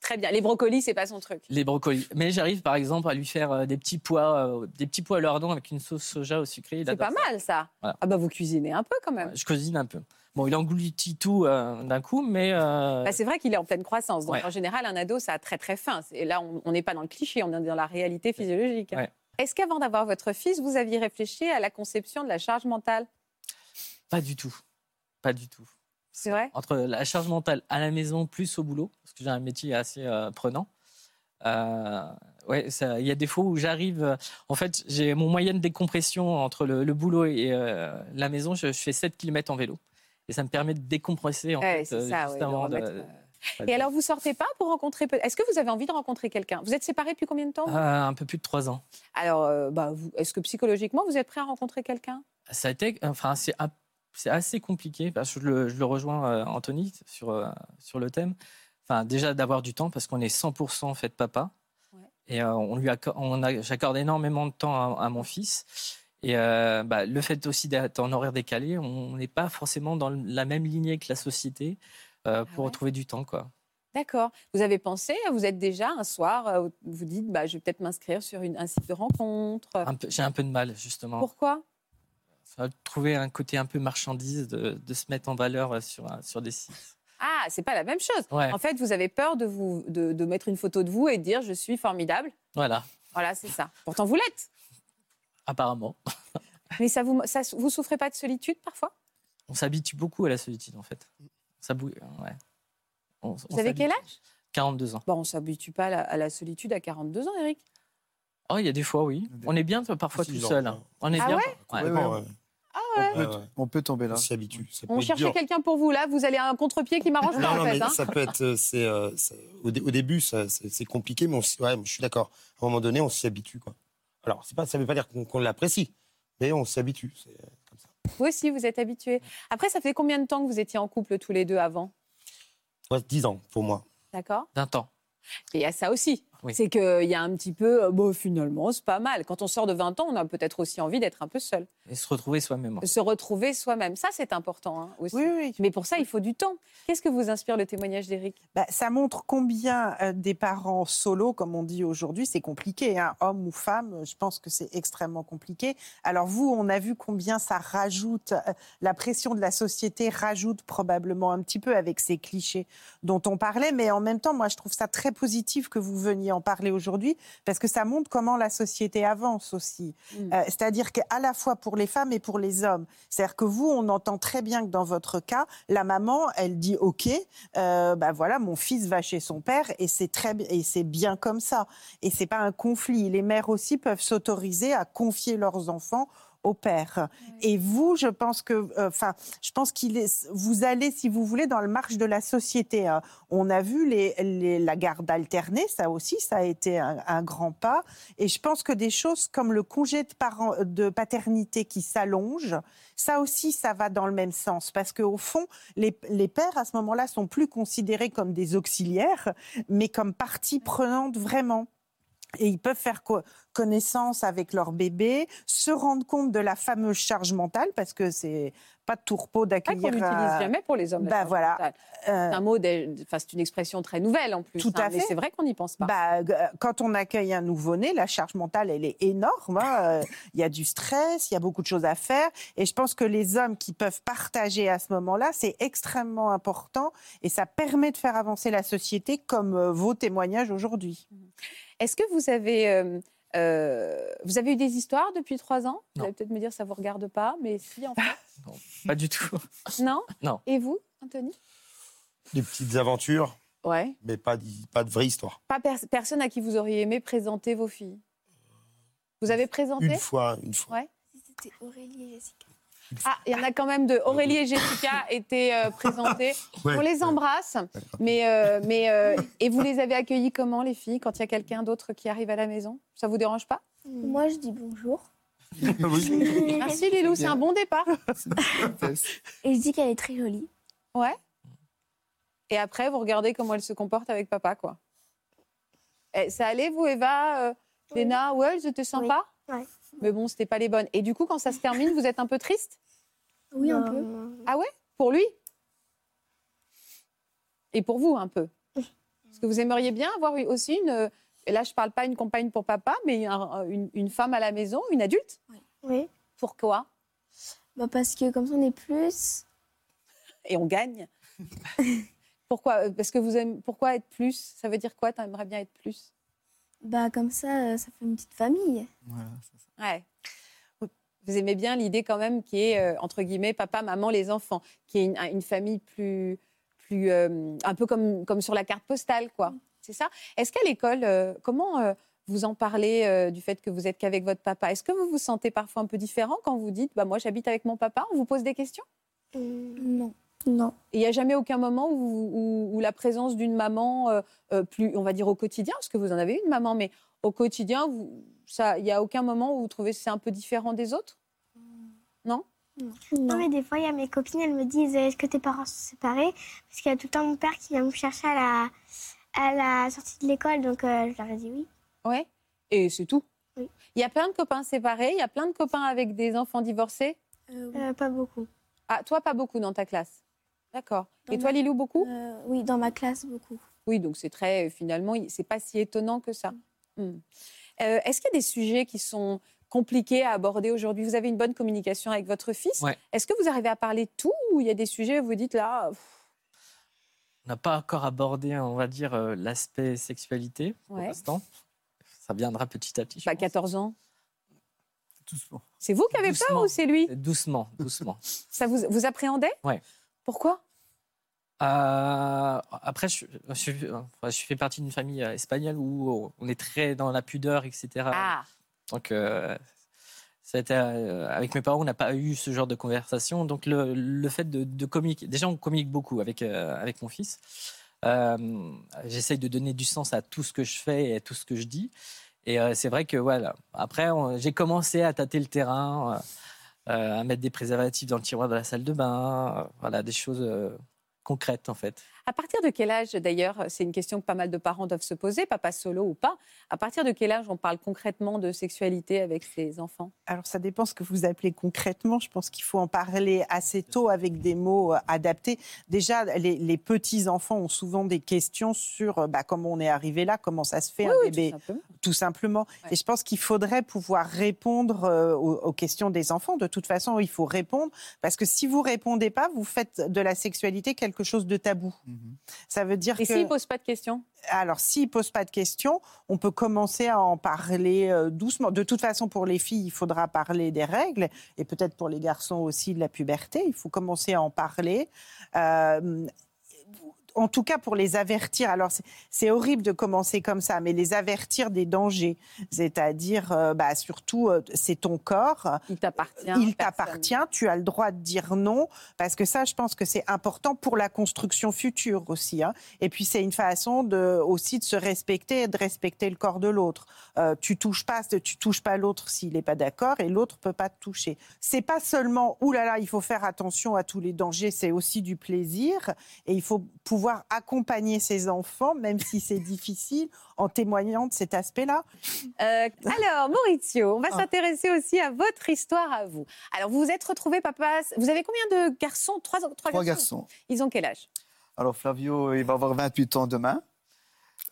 Speaker 7: Très bien. Les brocolis, c'est pas son truc.
Speaker 1: Les brocolis. Mais j'arrive par exemple à lui faire euh, des petits pois, euh, des petits pois à lardons avec une sauce soja au sucré. Il
Speaker 7: C'est
Speaker 1: adore
Speaker 7: pas
Speaker 1: ça.
Speaker 7: mal, ça.
Speaker 1: Voilà.
Speaker 7: Ah, bah, vous cuisinez un peu quand même.
Speaker 1: Je cuisine un peu. Bon, il engloutit tout euh, d'un coup, mais euh,
Speaker 7: Bah, c'est vrai qu'il est en pleine croissance. Donc,
Speaker 1: Ouais.
Speaker 7: en général, un ado, ça a très, très faim. Et là, on on n'est pas dans le cliché, on est dans la réalité physiologique.
Speaker 1: Ouais.
Speaker 7: Est-ce qu'avant d'avoir votre fils, vous aviez réfléchi à la conception de la charge mentale
Speaker 1: pas du tout, pas du tout.
Speaker 7: C'est vrai
Speaker 1: Entre la charge mentale à la maison plus au boulot, parce que j'ai un métier assez euh, prenant. Euh, ouais, ça- il y a des fois où j'arrive. euh, en fait, j'ai mon moyenne décompression entre le, le boulot et euh, la maison. Je, je fais 7 km en vélo. Et ça me permet de décompresser en
Speaker 7: Ouais,
Speaker 1: fait,
Speaker 7: c'est ça,
Speaker 1: juste
Speaker 7: ouais, de
Speaker 1: avant de-
Speaker 7: remettre, euh. Et alors, vous sortez pas pour rencontrer. peut- Est-ce que vous avez envie de rencontrer quelqu'un Vous êtes séparés depuis combien de temps vous
Speaker 1: Euh, un peu plus de 3 ans.
Speaker 7: Alors, euh, bah, vous- est-ce que psychologiquement, vous êtes prêt à rencontrer quelqu'un
Speaker 1: Ça a été, enfin, c'est un- c'est assez compliqué. Parce que je, le, je le rejoins, euh, Anthony, sur, euh, sur le thème. Enfin, déjà d'avoir du temps parce qu'on est 100% fait papa. Et euh, on lui acco- on a- j'accorde énormément de temps à, à mon fils. Et euh, bah, le fait aussi d'être en horaire décalé, on n'est pas forcément dans la même lignée que la société. euh,
Speaker 7: Ah
Speaker 1: pour retrouver du temps, quoi.
Speaker 7: D'accord. Vous avez pensé, vous êtes déjà un soir, euh, vous dites, bah, je vais peut-être m'inscrire sur une, un site de rencontre.
Speaker 6: Ah,
Speaker 1: Un peu- J'ai un peu de mal, justement.
Speaker 7: Pourquoi
Speaker 1: Ça va trouver un côté un peu marchandise de, de se mettre en valeur euh, sur, un- sur des sites.
Speaker 7: Ah, c'est pas la même chose.
Speaker 1: Ouais.
Speaker 7: En fait, vous avez peur de, vous, de, de mettre une photo de vous et de dire, je suis formidable.
Speaker 1: Voilà,
Speaker 7: Voilà, c'est ça. Pourtant, vous l'êtes.
Speaker 1: apparemment.
Speaker 7: Mais ça vous, ça, vous souffrez pas de solitude parfois
Speaker 1: On s'habitue beaucoup à la solitude, en fait. Ça bou- ouais. On- on
Speaker 7: Vous avez
Speaker 1: s'habitue.
Speaker 7: quel âge
Speaker 1: 42 ans.
Speaker 7: Bon, on s'habitue pas à la, à la solitude à 42 ans, Eric.
Speaker 1: Oh, il y a des fois, oui. On est bien parfois tout
Speaker 6: genre,
Speaker 1: seul. hein. On est
Speaker 7: Ah
Speaker 1: bien.
Speaker 7: ouais
Speaker 6: Complètement, ouais.
Speaker 8: On,
Speaker 6: euh,
Speaker 8: peut, on peut tomber là. On
Speaker 6: s'habitue. Ça
Speaker 7: On cherchait quelqu'un pour vous, là, vous allez à un contre-pied qui m'arrange pas,
Speaker 6: Non, non,
Speaker 7: en fait.
Speaker 6: mais
Speaker 7: hein.
Speaker 6: ça peut être. euh, c'est, euh, c'est- au, dé- au début, ça, c'est, c'est compliqué, mais on, s'y- ouais, je suis d'accord. À un moment donné, on s'y habitue. Quoi. Alors, c'est pas, ça ne veut pas dire qu'on, qu'on l'apprécie, mais on s'y habitue. C'est-
Speaker 7: Vous aussi, vous êtes habitué. Après, ça fait combien de temps que vous étiez en couple tous les deux avant
Speaker 6: ouais, 10 ans pour moi.
Speaker 7: D'accord
Speaker 1: 20 ans.
Speaker 7: Et il y a ça aussi.
Speaker 1: Oui.
Speaker 7: C'est qu'il y a un petit peu, euh, bon, finalement, c'est pas mal. Quand on sort de 20 ans, on a peut-être aussi envie d'être un peu seul.
Speaker 1: Et se retrouver soi-même. hein.
Speaker 7: Se retrouver soi-même, ça, c'est important hein, aussi. Mais pour ça, il faut du temps. Qu'est-ce que vous inspire le témoignage d'Eric
Speaker 11: Bah, ça montre combien euh, des parents solo, comme on dit aujourd'hui, c'est compliqué. Hein. Homme ou femme, euh, je pense que c'est extrêmement compliqué. Alors vous, on a vu combien ça rajoute, euh, la pression de la société rajoute probablement un petit peu avec ces clichés dont on parlait. Mais en même temps, moi, je trouve ça très positif que vous veniez en parler aujourd'hui, parce que ça montre comment la société avance aussi.
Speaker 7: Mm.
Speaker 11: Euh, c'est-à-dire qu'à la fois pour les femmes et pour les hommes. C'est-à-dire que vous, on entend très bien que dans votre cas, la maman, elle dit OK, euh, bah voilà, mon fils va chez son père et c'est très bi- et c'est bien comme ça. Et c'est pas un conflit. Les mères aussi peuvent s'autoriser à confier leurs enfants au père. Et vous, je pense que, euh, enfin, je pense qu'il est, vous allez, si vous voulez, dans le marche de la société. hein. On a vu les, les- la garde alternée, ça aussi, ça a été un, un grand pas. Et je pense que des choses comme le congé de, parent, de paternité qui s'allonge, ça aussi, ça va dans le même sens. Parce qu'au fond, les, les pères, à ce moment-là, sont plus considérés comme des auxiliaires, mais comme partie prenante vraiment. Et ils peuvent faire co- connaissance avec leur bébé, se rendre compte de la fameuse charge mentale, parce que c'est pas de tout repos
Speaker 7: Pas qu'on
Speaker 11: d'accueillir.
Speaker 7: n'utilise
Speaker 11: euh,
Speaker 7: jamais pour les hommes. la
Speaker 11: bah
Speaker 7: charge
Speaker 11: voilà.
Speaker 7: mentale. C'est un mot, des- enfin, c'est une expression très nouvelle en plus.
Speaker 11: Tout
Speaker 7: hein,
Speaker 11: à
Speaker 7: mais
Speaker 11: fait.
Speaker 7: c'est vrai qu'on n'y pense pas.
Speaker 11: Bah, g- euh, quand on accueille un nouveau-né, la charge mentale, elle est énorme. hein. Euh, Il y a du stress, il y a beaucoup de choses à faire. Et je pense que les hommes qui peuvent partager à ce moment-là, c'est extrêmement important. Et ça permet de faire avancer la société comme euh, vos témoignages aujourd'hui.
Speaker 7: Est-ce que vous avez, euh, euh, vous avez eu des histoires depuis trois ans Vous allez peut-être me dire ça vous regarde pas, mais si en fait.
Speaker 1: Pas du tout.
Speaker 7: non.
Speaker 1: Non.
Speaker 7: Et vous, Anthony
Speaker 6: Des petites aventures,
Speaker 7: Ouais.
Speaker 6: mais pas, d'hi- pas de vraie histoire.
Speaker 7: Pas pers- personne à qui vous auriez aimé présenter vos filles. Vous avez présenté
Speaker 6: Une fois, une fois.
Speaker 7: Ouais.
Speaker 10: C'était Aurélie et Jessica.
Speaker 7: Ah, il y en a quand même deux. Aurélie et Jessica étaient euh, présentées.
Speaker 10: Ouais,
Speaker 7: On les embrasse. Mais, euh, mais euh, et vous les avez accueillies comment les filles quand il y a quelqu'un d'autre qui arrive à la maison Ça vous dérange pas
Speaker 9: Hmm. Moi, je dis bonjour.
Speaker 7: Merci Lilou, c'est un bon départ.
Speaker 9: Et je dis qu'elle est très jolie.
Speaker 7: Ouais. Et après, vous regardez comment elle se comporte avec papa, quoi. Eh, ça allait, vous, Eva euh, Léna Ouais, elles étaient sympas
Speaker 10: Ouais.
Speaker 7: Mais bon, c'était pas les bonnes. Et du coup, quand ça se termine, vous êtes un peu triste
Speaker 10: Oui, un
Speaker 9: Euh,
Speaker 7: Non.
Speaker 10: peu.
Speaker 7: Ah ouais Pour lui Et pour vous, un peu Parce que vous aimeriez bien avoir eu- aussi une... euh, et Là, je parle pas une compagne pour papa, mais un- une, une femme à la maison, une adulte
Speaker 9: Oui.
Speaker 7: Pourquoi
Speaker 9: Bah, parce que comme ça, on est plus.
Speaker 7: Et on gagne Pourquoi Euh, Parce que vous aimez... Pourquoi être plus Ça veut dire quoi T'aimerais bien être plus
Speaker 9: Bah, comme ça, euh, ça fait une petite famille.
Speaker 7: Ouais. Vous aimez bien l'idée quand même qui est euh, entre guillemets papa, maman, les enfants, qui est une, une famille plus, plus euh, un peu comme, comme sur la carte postale, quoi. C'est ça. Est-ce qu'à l'école, euh, comment euh, vous en parlez euh, du fait que vous êtes qu'avec votre papa Est-ce que vous vous sentez parfois un peu différent quand vous dites, bah moi j'habite avec mon papa On vous pose des questions
Speaker 9: Non. Hmm. Non.
Speaker 7: Et Il n'y a jamais aucun moment où, vous- où- où la présence d'une maman, euh, euh, plus, on va dire au quotidien, parce que vous en avez une maman, mais au quotidien, vous- ça, il n'y a aucun moment où vous trouvez que c'est un peu différent des autres Non
Speaker 10: Non. mais des fois, il y a mes copines, elles me disent Est-ce que tes parents sont séparés Parce qu'il y a tout le temps mon père qui vient me chercher à la, à la sortie de l'école, donc euh, je leur ai dit oui.
Speaker 7: Ouais. Et c'est tout.
Speaker 10: Oui.
Speaker 7: Il y a plein de copains séparés, il y a plein de copains avec des enfants divorcés
Speaker 10: Euh, pas beaucoup.
Speaker 7: Ah, toi, pas beaucoup dans ta classe D'accord.
Speaker 9: Dans
Speaker 7: Et toi,
Speaker 9: ma-
Speaker 7: Lilou, beaucoup
Speaker 9: Euh, Oui, dans ma classe, beaucoup.
Speaker 7: Oui, donc c'est très, finalement, il- c'est pas si étonnant que ça.
Speaker 9: Mm.
Speaker 7: Hmm. Euh, Est-ce qu'il y a des sujets qui sont compliqués à aborder aujourd'hui Vous avez une bonne communication avec votre fils.
Speaker 1: Ouais.
Speaker 7: Est-ce que vous arrivez à parler de tout ou il y a des sujets où vous dites là, pff,
Speaker 1: On n'a pas encore abordé, on va dire, euh, l'aspect sexualité pour
Speaker 7: Ouais.
Speaker 1: l'instant. Ça viendra petit à petit.
Speaker 7: bah, 14 ans C'est vous qui avez peur ou c'est lui
Speaker 1: Doucement, doucement.
Speaker 7: Ça vous, vous appréhendez
Speaker 1: Ouais.
Speaker 7: Pourquoi
Speaker 1: Euh, après, je, je, enfin, je fais partie d'une famille euh, espagnole où on est très dans la pudeur, etc.
Speaker 7: Ah,
Speaker 1: Donc, euh, ça a été, euh, avec mes parents, on n'a pas eu ce genre de conversation. Donc, le, le fait de, de communiquer, déjà, on communique beaucoup avec, euh, avec mon fils. Euh, J'essaye de donner du sens à tout ce que je fais et à tout ce que je dis. Et euh, c'est vrai que, voilà, après, on- j'ai commencé à tâter le terrain, euh, euh, à mettre des préservatifs dans le tiroir de la salle de bain, euh, voilà, des choses euh, concrètes, en fait.
Speaker 7: À partir de quel âge, d'ailleurs, euh, c'est une question que pas mal de parents doivent se poser, papa solo ou pas, à partir de quel âge on parle concrètement de sexualité avec ses enfants
Speaker 11: Alors, ça dépend ce que vous appelez concrètement. Je pense qu'il faut en parler assez tôt avec des mots euh, adaptés. Déjà, les, les petits-enfants ont souvent des questions sur euh, bah, comment on est arrivé là, comment ça se fait
Speaker 7: Oui,
Speaker 11: un
Speaker 7: oui, tout
Speaker 11: bébé.
Speaker 7: simplement.
Speaker 11: Tout simplement. Et je pense qu'il faudrait pouvoir répondre euh, aux, aux questions des enfants. De toute façon, il faut répondre. Parce que si vous répondez pas, vous faites de la sexualité quelque chose de tabou.
Speaker 3: Mhm.
Speaker 11: Ça veut dire
Speaker 7: Et
Speaker 11: que.
Speaker 7: s'il ne pose pas de questions
Speaker 11: Alors, s'il pose pas de questions, on peut commencer à en parler euh, doucement. De toute façon, pour les filles, il faudra parler des règles et peut-être pour les garçons aussi de la puberté. Il faut commencer à en parler. Euh, en tout cas, pour les avertir. Alors, c'est- c'est horrible de commencer comme ça, mais les avertir des dangers. C'est-à-dire, euh, bah, surtout, euh, c'est ton corps.
Speaker 7: Il t'appartient.
Speaker 11: Il t'appartient. Tu as le droit de dire non. Parce que ça, je pense que c'est important pour la construction future aussi. hein. Et puis, c'est une façon de, aussi de se respecter et de respecter le corps de l'autre. Euh, tu touches pas, tu touches pas l'autre s'il n'est pas d'accord et l'autre peut pas te toucher. C'est pas seulement, oulala, là là, il faut faire attention à tous les dangers, c'est aussi du plaisir et il faut pouvoir accompagner ses enfants, même si c'est difficile, en témoignant de cet aspect-là.
Speaker 7: Euh, alors, Maurizio, on
Speaker 11: Ah.
Speaker 7: va s'intéresser aussi à votre histoire à vous. Alors, vous vous êtes retrouvé, papa. Vous avez combien de garçons Trois,
Speaker 3: Trois garçons.
Speaker 7: Ils ont quel âge
Speaker 3: Alors, Flavio, il va avoir 28 ans demain.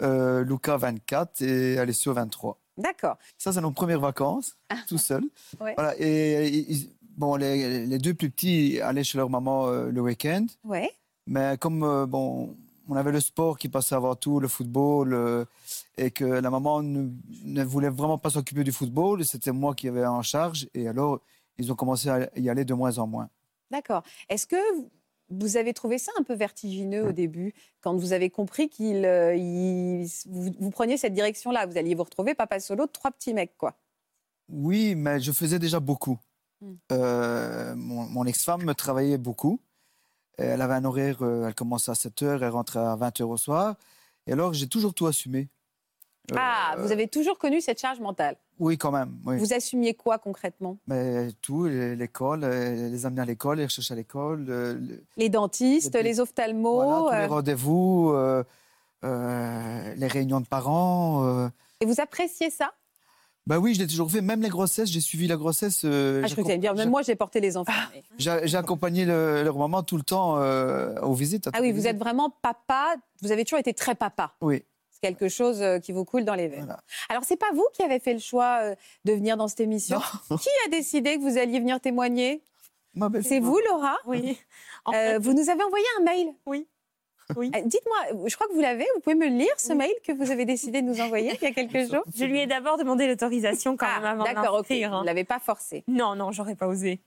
Speaker 3: Euh, Luca, 24 et Alessio, 23.
Speaker 7: D'accord.
Speaker 3: Ça, c'est nos premières vacances, tout seul.
Speaker 7: Ouais.
Speaker 3: Voilà, et ils- bon, les, les deux plus petits allaient chez leur maman euh, le week-end.
Speaker 7: Ouais.
Speaker 3: Mais comme euh, bon, on avait le sport qui passait avant tout, le football, euh, et que la maman ne, ne voulait vraiment pas s'occuper du football, c'était moi qui avais en charge. Et alors, ils ont commencé à y aller de moins en moins.
Speaker 7: D'accord. Est-ce que vous- vous avez trouvé ça un peu vertigineux au début, quand vous avez compris qu'il, euh, il- vous, vous preniez cette direction-là Vous alliez vous retrouver papa solo de trois petits mecs, quoi.
Speaker 3: Oui, mais je faisais déjà beaucoup.
Speaker 7: Mm.
Speaker 3: Euh, mon mon ex-femme me travaillait beaucoup. Euh, Elle avait un horaire, euh, elle commençait à 7 heures, elle rentrait à 20 heures au soir. Et alors, j'ai toujours tout assumé. Euh,
Speaker 7: Ah, vous avez toujours connu cette charge mentale.
Speaker 3: Oui, quand même. oui.
Speaker 7: Vous assumiez quoi concrètement
Speaker 3: Mais tout, les- l'école, euh, les amener à l'école, les recherches à l'école, euh, le-
Speaker 7: Les dentistes, les ophtalmos.
Speaker 3: tous les
Speaker 7: euh,
Speaker 3: rendez-vous, euh, euh, les réunions de parents. euh.
Speaker 7: Et vous appréciez ça Ah,
Speaker 3: Bah oui, je l'ai toujours fait. Même les grossesses, j'ai suivi la grossesse.
Speaker 7: Ah,
Speaker 3: euh, j'ai
Speaker 7: Je Ah. crois que t'allais me dire, même moi, j'ai porté les enfants. mais-
Speaker 3: J'ai j'ai accompagné le- leur maman tout le temps euh, aux visites. à
Speaker 7: Ah
Speaker 3: toutes
Speaker 7: oui,
Speaker 3: les
Speaker 7: vous
Speaker 3: visites.
Speaker 7: êtes vraiment papa, vous avez toujours été très papa.
Speaker 3: Oui.
Speaker 7: C'est quelque chose euh, qui vous coule dans les veines. Alors, c'est pas vous qui avez fait le choix euh, de venir dans cette émission Qui a décidé que vous alliez venir témoigner C'est vous, Laura Oui. vous nous avez envoyé un mail Oui.
Speaker 4: Oui.
Speaker 7: Dites-moi, je crois que vous l'avez, vous pouvez me lire ce mail que vous avez décidé de nous envoyer il y a quelques jours
Speaker 4: Je lui ai d'abord demandé l'autorisation
Speaker 9: Ah,
Speaker 4: quand même avant
Speaker 7: d'accord, ok.
Speaker 4: de hein.
Speaker 7: Vous ne l'avez pas forcé.
Speaker 4: Non, non, j'aurais pas osé.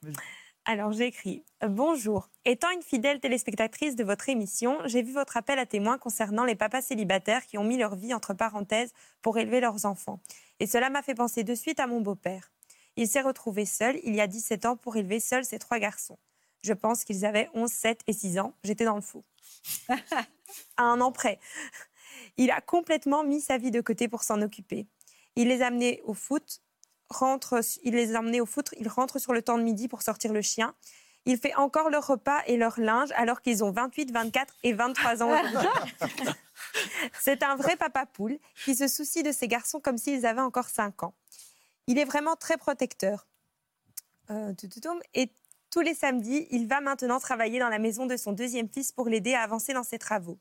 Speaker 4: Alors j'ai écrit Bonjour. Étant une fidèle téléspectatrice de votre émission, j'ai vu votre appel à témoins concernant les papas célibataires qui ont mis leur vie entre parenthèses pour élever leurs enfants. Et cela m'a fait penser de suite à mon beau-père. Il s'est retrouvé seul il y a 17 ans pour élever seul ses trois garçons. Je pense qu'ils avaient 11, 7 et 6 ans. J'étais dans le faux. à un an près. Il a complètement mis sa vie de côté pour s'en occuper. Il les a amenés au foot, rentre, il les a emmenés au foot, il rentre sur le temps de midi pour sortir le chien. Il fait encore leur repas et leur linge alors qu'ils ont 28, 24 et 23 ans. aujourd'hui. C'est un vrai papa poule qui se soucie de ses garçons comme s'ils avaient encore 5 ans. Il est vraiment très protecteur. Euh, tout, tout, tout. et Tous les samedis, il va maintenant travailler dans la maison de son deuxième fils pour l'aider à avancer dans ses travaux.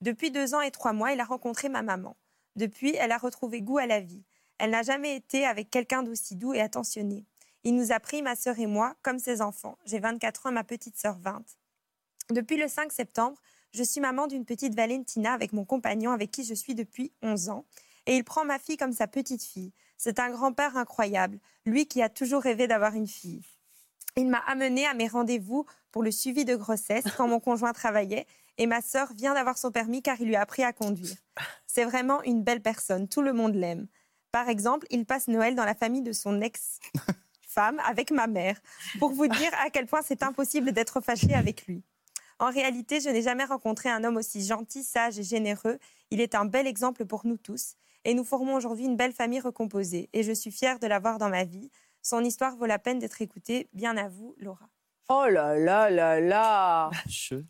Speaker 4: Depuis deux ans et trois mois, il a rencontré ma maman. Depuis, elle a retrouvé goût à la vie. Elle n'a jamais été avec quelqu'un d'aussi doux et attentionné. Il nous a pris, ma sœur et moi, comme ses enfants. J'ai 24 ans et ma petite sœur 20. Depuis le 5 septembre, je suis maman d'une petite Valentina avec mon compagnon avec qui je suis depuis 11 ans. Et il prend ma fille comme sa petite fille. C'est un grand-père incroyable, lui qui a toujours rêvé d'avoir une fille. Il m'a amenée à mes rendez-vous pour le suivi de grossesse quand mon conjoint travaillait et ma sœur vient d'avoir son permis car il lui a appris à conduire. C'est vraiment une belle personne, tout le monde l'aime. Par exemple, il passe Noël dans la famille de son ex femme avec ma mère, pour vous dire à quel point c'est impossible d'être fâché avec lui. En réalité, je n'ai jamais rencontré un homme aussi gentil, sage et généreux. Il est un bel exemple pour nous tous. Et nous formons aujourd'hui une belle famille recomposée. Et je suis fière de l'avoir dans ma vie. Son histoire vaut la peine d'être écoutée. Bien à vous, Laura.
Speaker 7: Oh là là là là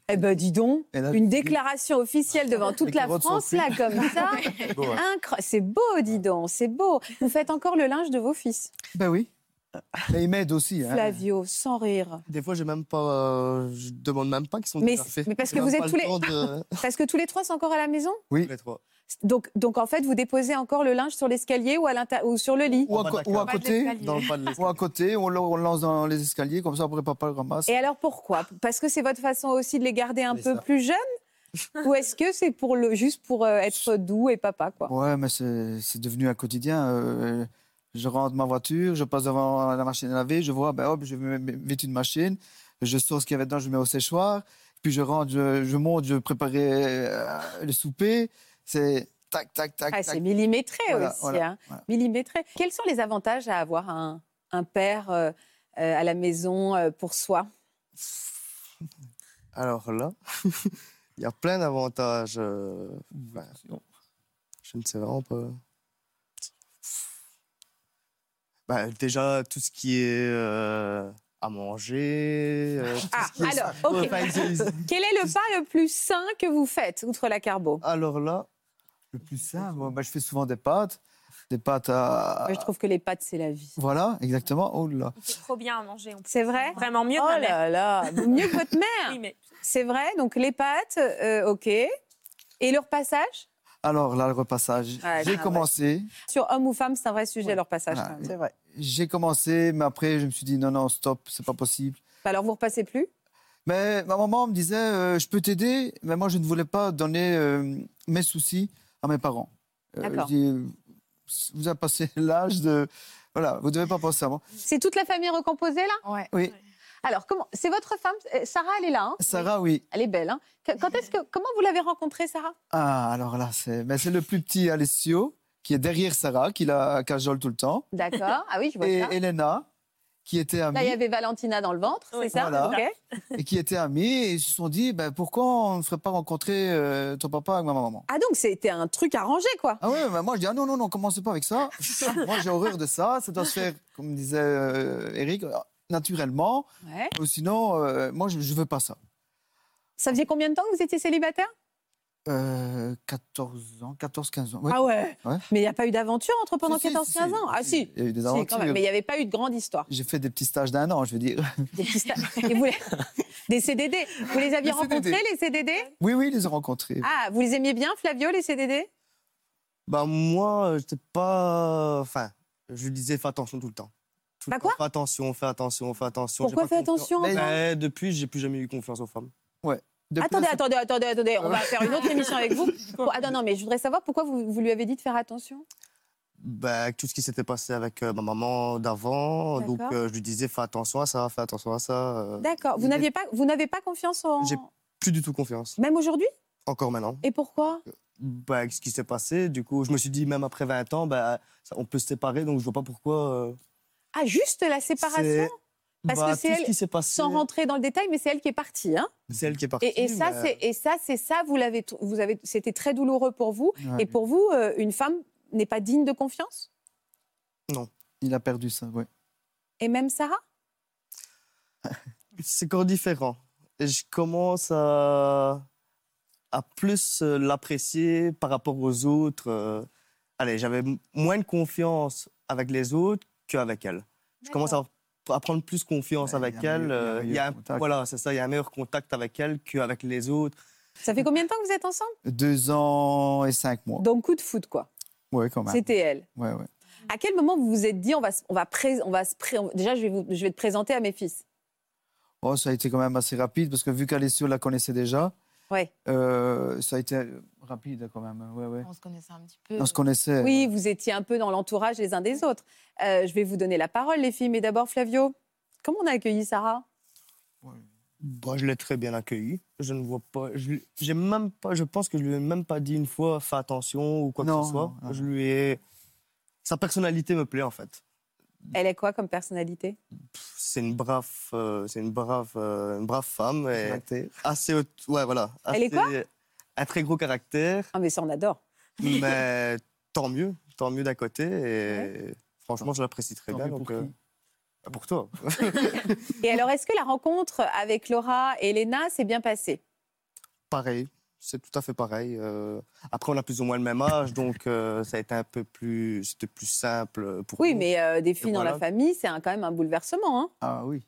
Speaker 7: Eh ben dis donc,
Speaker 4: Elle a
Speaker 7: une
Speaker 4: pu-
Speaker 7: déclaration officielle devant toute la
Speaker 4: carottes sont
Speaker 7: France là
Speaker 4: cuites.
Speaker 7: comme ça.
Speaker 4: C'est beau, ouais.
Speaker 7: Incro- C'est beau, dis donc, c'est beau. Vous faites encore le linge de vos fils,
Speaker 3: Ben oui. Mais il m'aide aussi. hein.
Speaker 7: Flavio, sans rire.
Speaker 12: Des fois, j'ai même pas, euh, je demande même pas qu'ils sont
Speaker 7: Mais,
Speaker 12: déjà faits.
Speaker 7: mais parce
Speaker 12: J'ai
Speaker 7: que vous
Speaker 12: même
Speaker 7: êtes
Speaker 12: pas
Speaker 7: tous
Speaker 12: le
Speaker 7: les
Speaker 12: temps de-
Speaker 7: parce que tous les trois sont encore à la maison.
Speaker 12: Oui. Les trois.
Speaker 7: Donc donc en fait vous déposez encore le linge sur l'escalier ou à l'inter- ou sur le lit
Speaker 3: Ou à, co- ou à côté, ou à côté, on le on le lance dans les escaliers, comme ça après papa le ramasse.
Speaker 7: Et alors pourquoi Parce que c'est votre façon aussi de les garder un
Speaker 3: Mais
Speaker 7: peu
Speaker 3: ça.
Speaker 7: plus jeunes ou est-ce que c'est pour le juste pour euh, être doux et papa quoi
Speaker 3: Ouais, mais c'est c'est devenu un quotidien. euh, je rentre ma voiture, je passe devant la machine à laver, je vois, ben hop, je mets mets vite une machine, je sors ce qu'il y avait dedans, je mets au séchoir, puis je rentre, je, je monte, je préparais euh, le souper. C'est tac, tac, tac.
Speaker 7: Ah,
Speaker 3: tac.
Speaker 7: c'est millimétré
Speaker 3: Voilà,
Speaker 7: aussi.
Speaker 3: voilà,
Speaker 7: hein.
Speaker 3: voilà.
Speaker 7: Millimétré. Quels sont les avantages à avoir un, un père euh, euh, à la maison euh, pour soi
Speaker 12: Alors là, il y a plein d'avantages. euh, ben, je ne sais vraiment pas. Ben, déjà, tout ce qui est euh, à manger. euh, tout
Speaker 7: Ah,
Speaker 12: ce qui est-
Speaker 7: alors, ok.
Speaker 12: Enfin, c'est-
Speaker 7: Quel est le pas le plus sain que vous faites, outre la carbo
Speaker 12: Alors là,
Speaker 3: le plus sain, moi, moi, je fais souvent des pâtes, des pâtes à.
Speaker 7: je trouve que les pâtes, c'est la vie.
Speaker 3: Voilà, exactement. Oh là.
Speaker 4: C'est trop bien à manger.
Speaker 7: C'est vrai
Speaker 4: Vraiment mieux que
Speaker 7: Oh
Speaker 4: ma
Speaker 7: là
Speaker 4: mère.
Speaker 7: là, mieux que votre mère.
Speaker 4: Oui, mais-
Speaker 7: C'est vrai, donc les pâtes, euh, ok. Et le repassage
Speaker 3: Alors là, le repassage.
Speaker 7: Ouais, ah
Speaker 3: J'ai
Speaker 7: ouais.
Speaker 3: commencé.
Speaker 7: Sur homme ou femme, c'est un vrai sujet, le repassage.
Speaker 3: Voilà.
Speaker 7: quand même.
Speaker 3: J'ai commencé, mais après, je me suis dit non, non, stop, c'est pas possible.
Speaker 7: Bah alors, vous repassez plus
Speaker 3: Mais ma maman me disait, euh, je peux t'aider, mais moi, je ne voulais pas donner euh, mes soucis à mes parents. Euh,
Speaker 7: D'accord.
Speaker 3: je dis, vous avez passé l'âge de. Voilà, vous ne devez pas penser à moi.
Speaker 7: C'est toute la famille recomposée, là
Speaker 3: Oui.
Speaker 7: Alors, comment c'est votre femme euh, Sarah, elle est là. hein
Speaker 3: Sarah, oui.
Speaker 7: Elle est belle. Hein Que- quand est-ce que, comment vous l'avez rencontrée, Sarah
Speaker 3: Ah, alors là, c'est mais c'est le plus petit Alessio, qui est derrière Sarah, qui la cajole tout le temps.
Speaker 7: D'accord. Ah oui, je vois
Speaker 3: Et
Speaker 7: ça.
Speaker 3: Elena, qui était amie.
Speaker 7: Là, il y avait Valentina dans le ventre, c'est ça
Speaker 3: Voilà.
Speaker 7: Ok.
Speaker 3: et qui étaient amis et ils se sont dit ben, pourquoi on ne ferait pas rencontrer euh, ton papa avec ma maman
Speaker 7: Ah donc c'était un truc arrangé quoi
Speaker 3: Ah ouais, mais moi je dis ah non, non, non, commencez pas avec ça. moi j'ai horreur de ça, ça doit se faire, comme disait euh, Eric, naturellement.
Speaker 7: Ouais.
Speaker 3: Ou sinon, euh, moi je, je veux pas ça.
Speaker 7: Ça faisait combien de temps que vous étiez célibataire
Speaker 3: Euh, 14 ans, 14, 15 ans.
Speaker 7: Ah ouais. Mais il n'y a pas eu d'aventure entre pendant
Speaker 3: Si, si,
Speaker 7: 14-15 ans Ah si.
Speaker 3: Il y a eu des
Speaker 7: Si,
Speaker 3: aventures.
Speaker 12: euh.
Speaker 7: quand même, mais il n'y avait pas eu de grande histoire.
Speaker 3: J'ai fait des petits stages d'un an, je veux dire.
Speaker 7: Des, petits sta- Et vous les- des CDD. Vous les aviez
Speaker 3: Des CDD.
Speaker 7: rencontrés, les CDD
Speaker 3: Oui, oui, ils les ont rencontrés.
Speaker 7: Ah, vous les aimiez bien, Flavio, les CDD
Speaker 12: ben, moi, euh, j'étais pas. Enfin, je lui disais, fais attention tout le temps. Tout le
Speaker 7: Bah, quoi
Speaker 12: temps, Fais attention, fais attention, fais attention. J'ai
Speaker 7: Pourquoi
Speaker 12: pas
Speaker 7: fais
Speaker 12: confiance-
Speaker 7: attention,
Speaker 12: Ben,
Speaker 7: enfin
Speaker 12: ben, Depuis, j'ai plus jamais eu confiance aux femmes.
Speaker 3: Ouais.
Speaker 7: euh, Attendez, attendez, attendez, attendez. On va faire une autre émission avec vous. Bon, ah non, non, mais je voudrais savoir pourquoi vous, vous lui avez dit de faire attention.
Speaker 12: Ben, avec tout ce qui s'était passé avec euh, ma maman d'avant. Donc,
Speaker 7: D'accord.
Speaker 12: euh, je lui disais, fais attention à ça, fais attention à ça. euh,
Speaker 7: D'accord. Vous
Speaker 12: il
Speaker 7: n'aviez
Speaker 12: est-
Speaker 7: pas, vous n'avez pas confiance en.
Speaker 12: J'ai plus du tout confiance.
Speaker 7: Même aujourd'hui
Speaker 12: Encore maintenant.
Speaker 7: Et pourquoi
Speaker 12: Ben, avec ce qui s'est passé, du coup, je me suis dit, même après 20 ans, ben, ça- on peut se séparer, donc je vois pas pourquoi. euh,
Speaker 7: Ah, juste la séparation
Speaker 12: C'est-
Speaker 7: Parce
Speaker 12: bah,
Speaker 7: que c'est
Speaker 12: tout ce
Speaker 7: elle,
Speaker 12: qui s'est passé.
Speaker 7: sans rentrer dans le détail, mais c'est elle qui est partie. Hein
Speaker 12: c'est elle qui est partie.
Speaker 7: et, et ça,
Speaker 12: mais-
Speaker 7: c'est, et ça, c'est ça, vous l'avez, tr- vous avez, c'était très douloureux pour vous.
Speaker 3: Ouais.
Speaker 7: Et pour vous, euh, une femme n'est pas digne de confiance
Speaker 12: Non.
Speaker 3: Il a perdu ça, oui.
Speaker 7: Et même Sarah
Speaker 12: c'est encore différent. Et je commence à, à plus euh, l'apprécier par rapport aux autres. euh. Allez, j'avais m- moins de confiance avec les autres qu'avec elle. Je commence à avoir à prendre plus confiance ouais, avec elle. Mieux, euh, il y a un, voilà, c'est ça, il y a un meilleur contact avec elle qu'avec les autres.
Speaker 7: Ça fait combien de temps que vous êtes ensemble
Speaker 3: Deux ans et cinq mois.
Speaker 7: Donc coup de foot, quoi.
Speaker 3: Oui, quand même.
Speaker 7: C'était elle.
Speaker 3: Ouais, ouais.
Speaker 7: À quel moment vous vous êtes dit, on va, on va, pré on va se pré déjà, je vais, vous, je vais te présenter à mes fils
Speaker 3: Oh, ça a été quand même assez rapide parce que vu qu'Alessio la connaissait déjà,
Speaker 7: ouais.
Speaker 3: Euh, ça a été rapide quand même. Ouais, ouais.
Speaker 5: On se connaissait un petit peu.
Speaker 3: On se connaissait.
Speaker 7: Oui, vous étiez un peu dans l'entourage les uns des autres. Euh, je vais vous donner la parole, les filles, mais d'abord, Flavio, comment on a accueilli Sarah
Speaker 12: ouais. bah, Je l'ai très bien accueillie. Je ne vois pas. Je, même pas. Je pense que je lui ai même pas dit une fois fais attention ou quoi non, que ce soit. Non, non. Je lui ai. Sa personnalité me plaît en fait.
Speaker 7: Elle est quoi comme personnalité
Speaker 12: C'est une brave, euh, c'est une brave, euh, une brave femme. Et caractère. assez, ouais, voilà.
Speaker 7: Assez, Elle est quoi
Speaker 12: Un très gros caractère.
Speaker 7: Ah mais ça on adore.
Speaker 12: Mais tant mieux, tant mieux d'à côté. Et ouais. franchement, je l'apprécie très tant bien. Donc, pour, euh, pour toi.
Speaker 7: et alors, est-ce que la rencontre avec Laura et Elena s'est bien passée
Speaker 12: Pareil, c'est tout à fait pareil. Euh, après, on a plus ou moins le même âge, donc euh, ça a été un peu plus, c'était plus simple pour.
Speaker 7: Oui,
Speaker 12: nous.
Speaker 7: mais euh, des filles voilà. dans la famille, c'est quand même un bouleversement. Hein
Speaker 3: ah oui.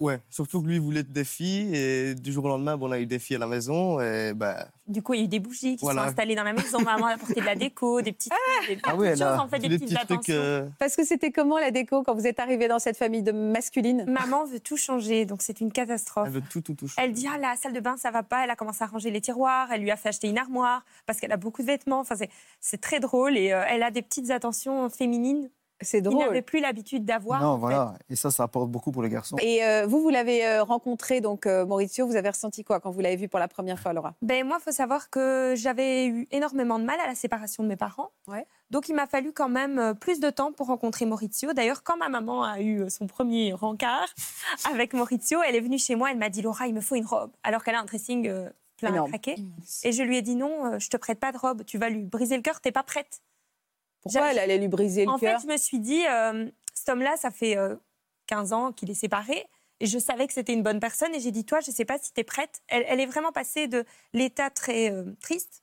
Speaker 12: Ouais, surtout que lui voulait des filles et du jour au lendemain, bon, on a eu des filles à la maison et ben.
Speaker 4: Du coup, il y a eu des bougies qui voilà. sont installées dans la maison. Maman a apporté de la déco, des petites, des petites ah ouais, choses là, en fait, des, des petites attentions. Euh...
Speaker 7: Parce que c'était comment la déco quand vous êtes arrivé dans cette famille de masculine
Speaker 4: Maman veut tout changer, donc c'est une catastrophe.
Speaker 12: Elle veut tout, tout, tout changer.
Speaker 4: Oh. Elle dit ah la salle de bain ça va pas. Elle a commencé à ranger les tiroirs. Elle lui a fait acheter une armoire parce qu'elle a beaucoup de vêtements. Enfin, c'est très drôle et euh, elle a des petites attentions féminines.
Speaker 7: C'est drôle.
Speaker 4: Il n'avait plus l'habitude d'avoir.
Speaker 3: Non, voilà. Fait. Et ça, ça apporte beaucoup pour les garçons.
Speaker 7: Et euh, vous, vous l'avez rencontré, donc euh, Maurizio, vous avez ressenti quoi quand vous l'avez vu pour la première fois, Laura
Speaker 4: Ben moi, il faut savoir que j'avais eu énormément de mal à la séparation de mes parents.
Speaker 7: Ouais.
Speaker 4: Donc il m'a fallu quand même euh, plus de temps pour rencontrer Maurizio. D'ailleurs, quand ma maman a eu euh, son premier rencard avec Maurizio, elle est venue chez moi, elle m'a dit Laura, il me faut une robe, alors qu'elle a un dressing. Euh, plein Énorme. à craquer. Et je lui ai dit non, euh, je te prête pas de robe, tu vas lui briser le cœur, t'es pas prête.
Speaker 7: Pourquoi elle allait lui briser le
Speaker 4: en
Speaker 7: cœur
Speaker 4: En fait, je me suis dit, euh, cet homme-là, ça fait euh, 15 ans qu'il est séparé. Et je savais que c'était une bonne personne. Et j'ai dit, toi, je ne sais pas si tu es prête. Elle, elle, est vraiment passée de l'état très euh, triste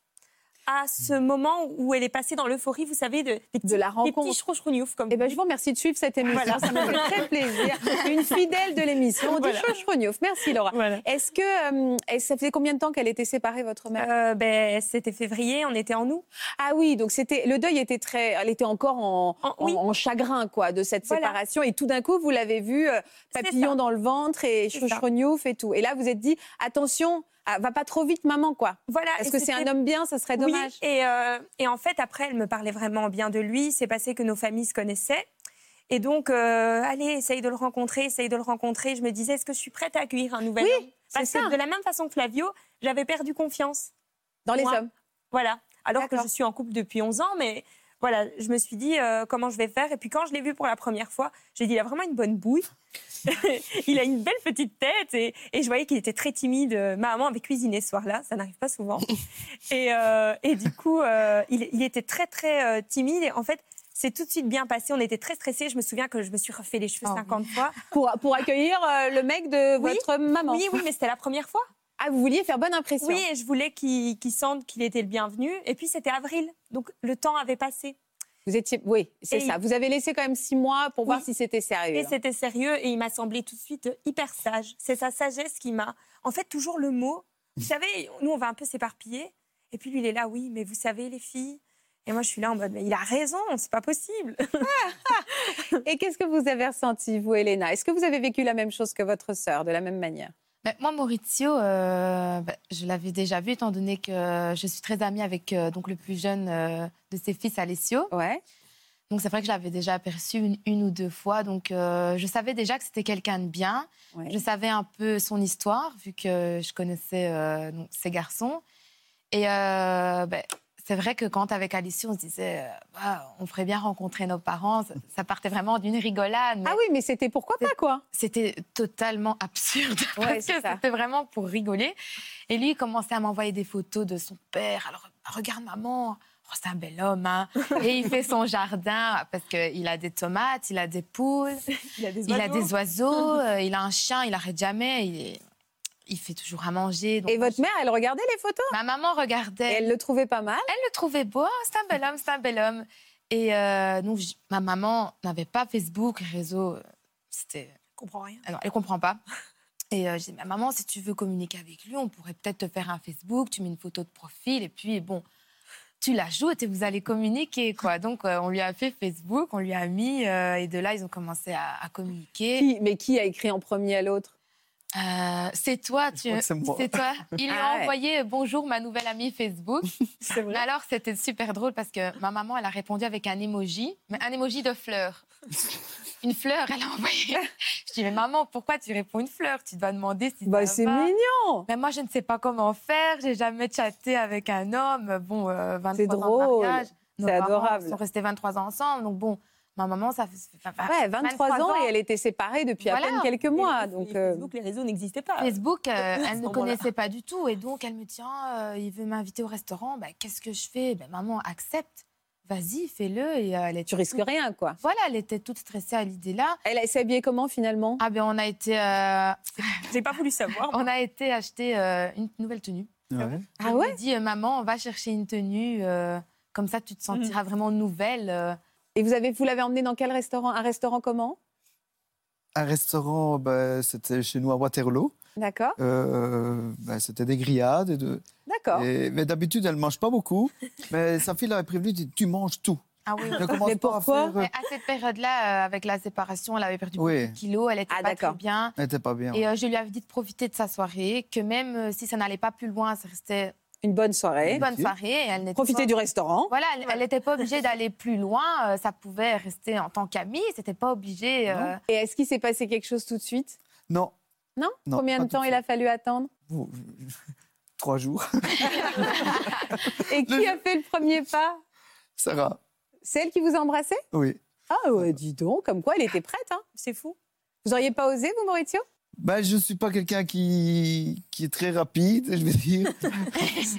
Speaker 4: à ce
Speaker 7: Mm.
Speaker 4: moment où elle est passée dans l'euphorie, vous savez, de,
Speaker 7: de, de la rencontre.
Speaker 4: Des petits comme
Speaker 7: eh ben, Je vous remercie de suivre cette émission. Voilà. Ça me fait très plaisir. Une fidèle de l'émission, voilà. du chouchrouniouf. Merci, Laura. Voilà. Est-ce que euh, est ça faisait combien de temps qu'elle était séparée, votre mère
Speaker 4: euh, ben, C'était février, on était en août.
Speaker 7: Ah oui, donc c'était le deuil était très... Elle était encore en, en, oui. en, en chagrin quoi, de cette séparation. Et tout d'un coup, vous l'avez vu, euh, papillon dans le ventre et chouchrouniouf et tout. Et là, vous êtes dit, attention, ah, va pas trop vite, maman, quoi.
Speaker 4: Voilà.
Speaker 7: Est-ce que c'est un homme bien Ça serait
Speaker 4: oui,
Speaker 7: dommage.
Speaker 4: et, euh, et en fait, après, elle me parlait vraiment bien de lui. C'est passé que nos familles se connaissaient. Et donc, euh, allez, essaye de le rencontrer, essaye de le rencontrer. Je me disais, est-ce que je suis prête à accueillir un nouvel
Speaker 7: oui,
Speaker 4: homme Parce
Speaker 7: ça.
Speaker 4: que de la même façon que Flavio, j'avais perdu confiance.
Speaker 7: Dans les Moi, hommes
Speaker 4: Voilà. Alors que je suis en couple depuis 11 ans, mais voilà, je me suis dit euh, comment je vais faire. Et puis quand je l'ai vu pour la première fois, j'ai dit il a vraiment une bonne bouille. il a une belle petite tête et, et je voyais qu'il était très timide. Ma maman avait cuisiné ce soir-là, ça n'arrive pas souvent. Et, euh, et du coup, euh, il, il, était très très euh, timide. Et en fait, c'est tout de suite bien passé. On était très stressés. Je me souviens que je me suis refait les cheveux oh, 50 oui. fois.
Speaker 7: Pour, pour accueillir euh, le mec de
Speaker 4: oui,
Speaker 7: votre maman.
Speaker 4: Oui, oui, mais c'était la première fois.
Speaker 7: Ah, vous vouliez faire bonne impression
Speaker 4: Oui, et je voulais qu'il qu sente qu'il était le bienvenu. Et puis, c'était avril, donc le temps avait passé.
Speaker 7: Vous étiez, oui, c'est ça. Il... Vous avez laissé quand même six mois pour oui. voir si c'était sérieux.
Speaker 4: Et c'était sérieux, et il m'a semblé tout de suite euh, hyper sage. C'est sa sagesse qui m'a. En fait, toujours le mot. Vous savez, nous, on va un peu s'éparpiller. Et puis, lui, il est là, oui, mais vous savez, les filles. Et moi, je suis là en mode, mais il a raison, c'est pas possible.
Speaker 7: et qu'est-ce que vous avez ressenti, vous, Elena Est-ce que vous avez vécu la même chose que votre sœur, de la même manière
Speaker 5: ben, moi, Maurizio, euh, ben, je l'avais déjà vu, étant donné que euh, je suis très amie avec euh, donc, le plus jeune euh, de ses fils, Alessio.
Speaker 7: Ouais.
Speaker 5: Donc, c'est vrai que je l'avais déjà aperçu une, une, ou deux fois. Donc, euh, je savais déjà que c'était quelqu'un de bien. Ouais. Je savais un peu son histoire, vu que je connaissais euh, donc, ses garçons. Et ben, c'est vrai que quand, avec Alessio, on se disait bah, on ferait bien rencontrer nos parents, ça, ça partait vraiment d'une rigolade.
Speaker 7: Mais... Ah oui, mais c'était pourquoi pas, quoi
Speaker 5: C'était totalement absurde. Ouais, c'était vraiment pour rigoler. Et lui, il commençait à m'envoyer des photos de son père. Alors, regarde maman, oh, c'est un bel homme. Hein. Et il fait son jardin parce qu'il a des tomates, il a des poules,
Speaker 4: il a des
Speaker 5: oiseaux, il a, des oiseaux, euh, il a un chien, il arrête jamais. Il est il fait toujours à manger.
Speaker 7: et votre mère, elle regardait les photos
Speaker 5: Ma maman regardait.
Speaker 7: Et elle le trouvait pas mal
Speaker 5: Elle le trouvait beau, oh, c'est un bel homme, c'est un bel homme. Et euh, donc, ma maman n'avait pas Facebook, réseau c'était.
Speaker 4: Elle comprend rien.
Speaker 5: Ah non, elle comprend pas. Et euh, je dis, maman, si tu veux communiquer avec lui, on pourrait peut-être te faire un Facebook, tu mets une photo de profil, et puis bon, tu l'ajoutes et vous allez communiquer, quoi. Donc, euh, on lui a fait Facebook, on lui a mis, euh, et de là, ils ont commencé à, à communiquer.
Speaker 7: Qui- mais qui a écrit en premier à l'autre
Speaker 5: Euh, c'est toi, tu.
Speaker 7: crois que c'est moi.
Speaker 5: toi. Il lui
Speaker 7: Ah
Speaker 5: a
Speaker 7: ouais.
Speaker 5: envoyé euh, bonjour ma nouvelle amie Facebook. Mais alors c'était super drôle parce que ma maman elle a répondu avec un emoji, mais un emoji de fleur. Une fleur, elle a envoyé. Je dis mais maman pourquoi tu réponds une fleur Tu dois demander si. Bah
Speaker 7: c'est mignon.
Speaker 5: Mais moi je ne sais pas comment faire. J'ai jamais chatté avec un homme. Bon, euh, 23
Speaker 7: C'est
Speaker 5: ans de
Speaker 7: drôle.
Speaker 5: mariage. Nos
Speaker 7: C'est
Speaker 5: parents
Speaker 7: adorable.
Speaker 5: sont restés 23 ans ensemble, donc bon. Ma maman, ça fait
Speaker 4: Bah,
Speaker 5: enfin,
Speaker 7: Ouais, 23, ans, et elle était séparée depuis à
Speaker 5: Voilà.
Speaker 7: peine quelques mois. Donc, euh,
Speaker 4: Facebook, les réseaux n'existaient pas.
Speaker 5: Facebook, euh,
Speaker 4: à ce
Speaker 5: elle ne
Speaker 4: moment-là.
Speaker 5: connaissait pas du tout. Et donc, elle me dit, Ah, euh, il veut m'inviter au restaurant. Bah, Qu'est-ce que je fais Ben, Maman, accepte. Vas-y, fais-le. Et euh, elle était
Speaker 7: Tu risques
Speaker 5: toute-
Speaker 7: rien, quoi.
Speaker 5: Voilà, elle était toute stressée à l'idée-là.
Speaker 7: Elle s'est habillée comment, finalement
Speaker 5: Ah ben, on a été... euh,
Speaker 4: Ah, J'ai pas voulu savoir.
Speaker 5: on a été acheter euh, une nouvelle tenue.
Speaker 7: Ah
Speaker 5: Elle me dit, euh, maman, on va chercher une tenue. euh, comme ça, tu te
Speaker 7: Mmh.
Speaker 5: sentiras vraiment nouvelle. euh.
Speaker 7: Et vous avez, vous l'avez emmenée dans quel restaurant Un restaurant comment
Speaker 3: Un restaurant, ben, c'était chez nous à Waterloo.
Speaker 7: D'accord.
Speaker 3: Euh, ben, c'était des grillades. et de-
Speaker 7: D'accord.
Speaker 3: et- mais d'habitude, elle ne mange pas beaucoup. Mais sa fille l'avait prévenue, dit, tu manges tout.
Speaker 5: Ah oui,
Speaker 3: Ne commence Mais pas à pourquoi faire, euh,
Speaker 5: Mais à cette période-là, euh, avec la séparation, elle avait perdu
Speaker 3: Oui.
Speaker 5: beaucoup de kilos, elle était
Speaker 7: Ah,
Speaker 5: pas très bien.
Speaker 3: Elle n'était pas bien.
Speaker 5: Et euh, je lui avais dit de profiter de sa soirée, que même euh, si ça n'allait pas plus loin, ça restait
Speaker 7: Une bonne soirée.
Speaker 5: une bonne soirée. et elle n'était
Speaker 7: Profiter
Speaker 5: pas-
Speaker 7: du restaurant.
Speaker 5: Voilà, elle- elle n'était pas obligée d'aller plus loin. euh, ça pouvait rester en tant qu'amie. C'était pas obligé. euh,
Speaker 7: Et est-ce qu'il s'est passé quelque chose tout de suite
Speaker 3: Non,
Speaker 7: Non,
Speaker 3: Non,
Speaker 7: Combien
Speaker 3: pas
Speaker 7: de
Speaker 3: tout
Speaker 7: temps
Speaker 3: de
Speaker 7: il a fallu attendre
Speaker 3: Vous- trois jours.
Speaker 7: Et qui a fait le premier pas
Speaker 3: Sarah,
Speaker 7: Celle qui vous embrassait
Speaker 3: oui.
Speaker 7: Ah ouais, dis donc, comme quoi elle était prête, hein C'est fou. Vous auriez pas osé, vous, Maurizio
Speaker 3: Ben, je ne suis pas quelqu'un qui, qui est très rapide, je veux dire.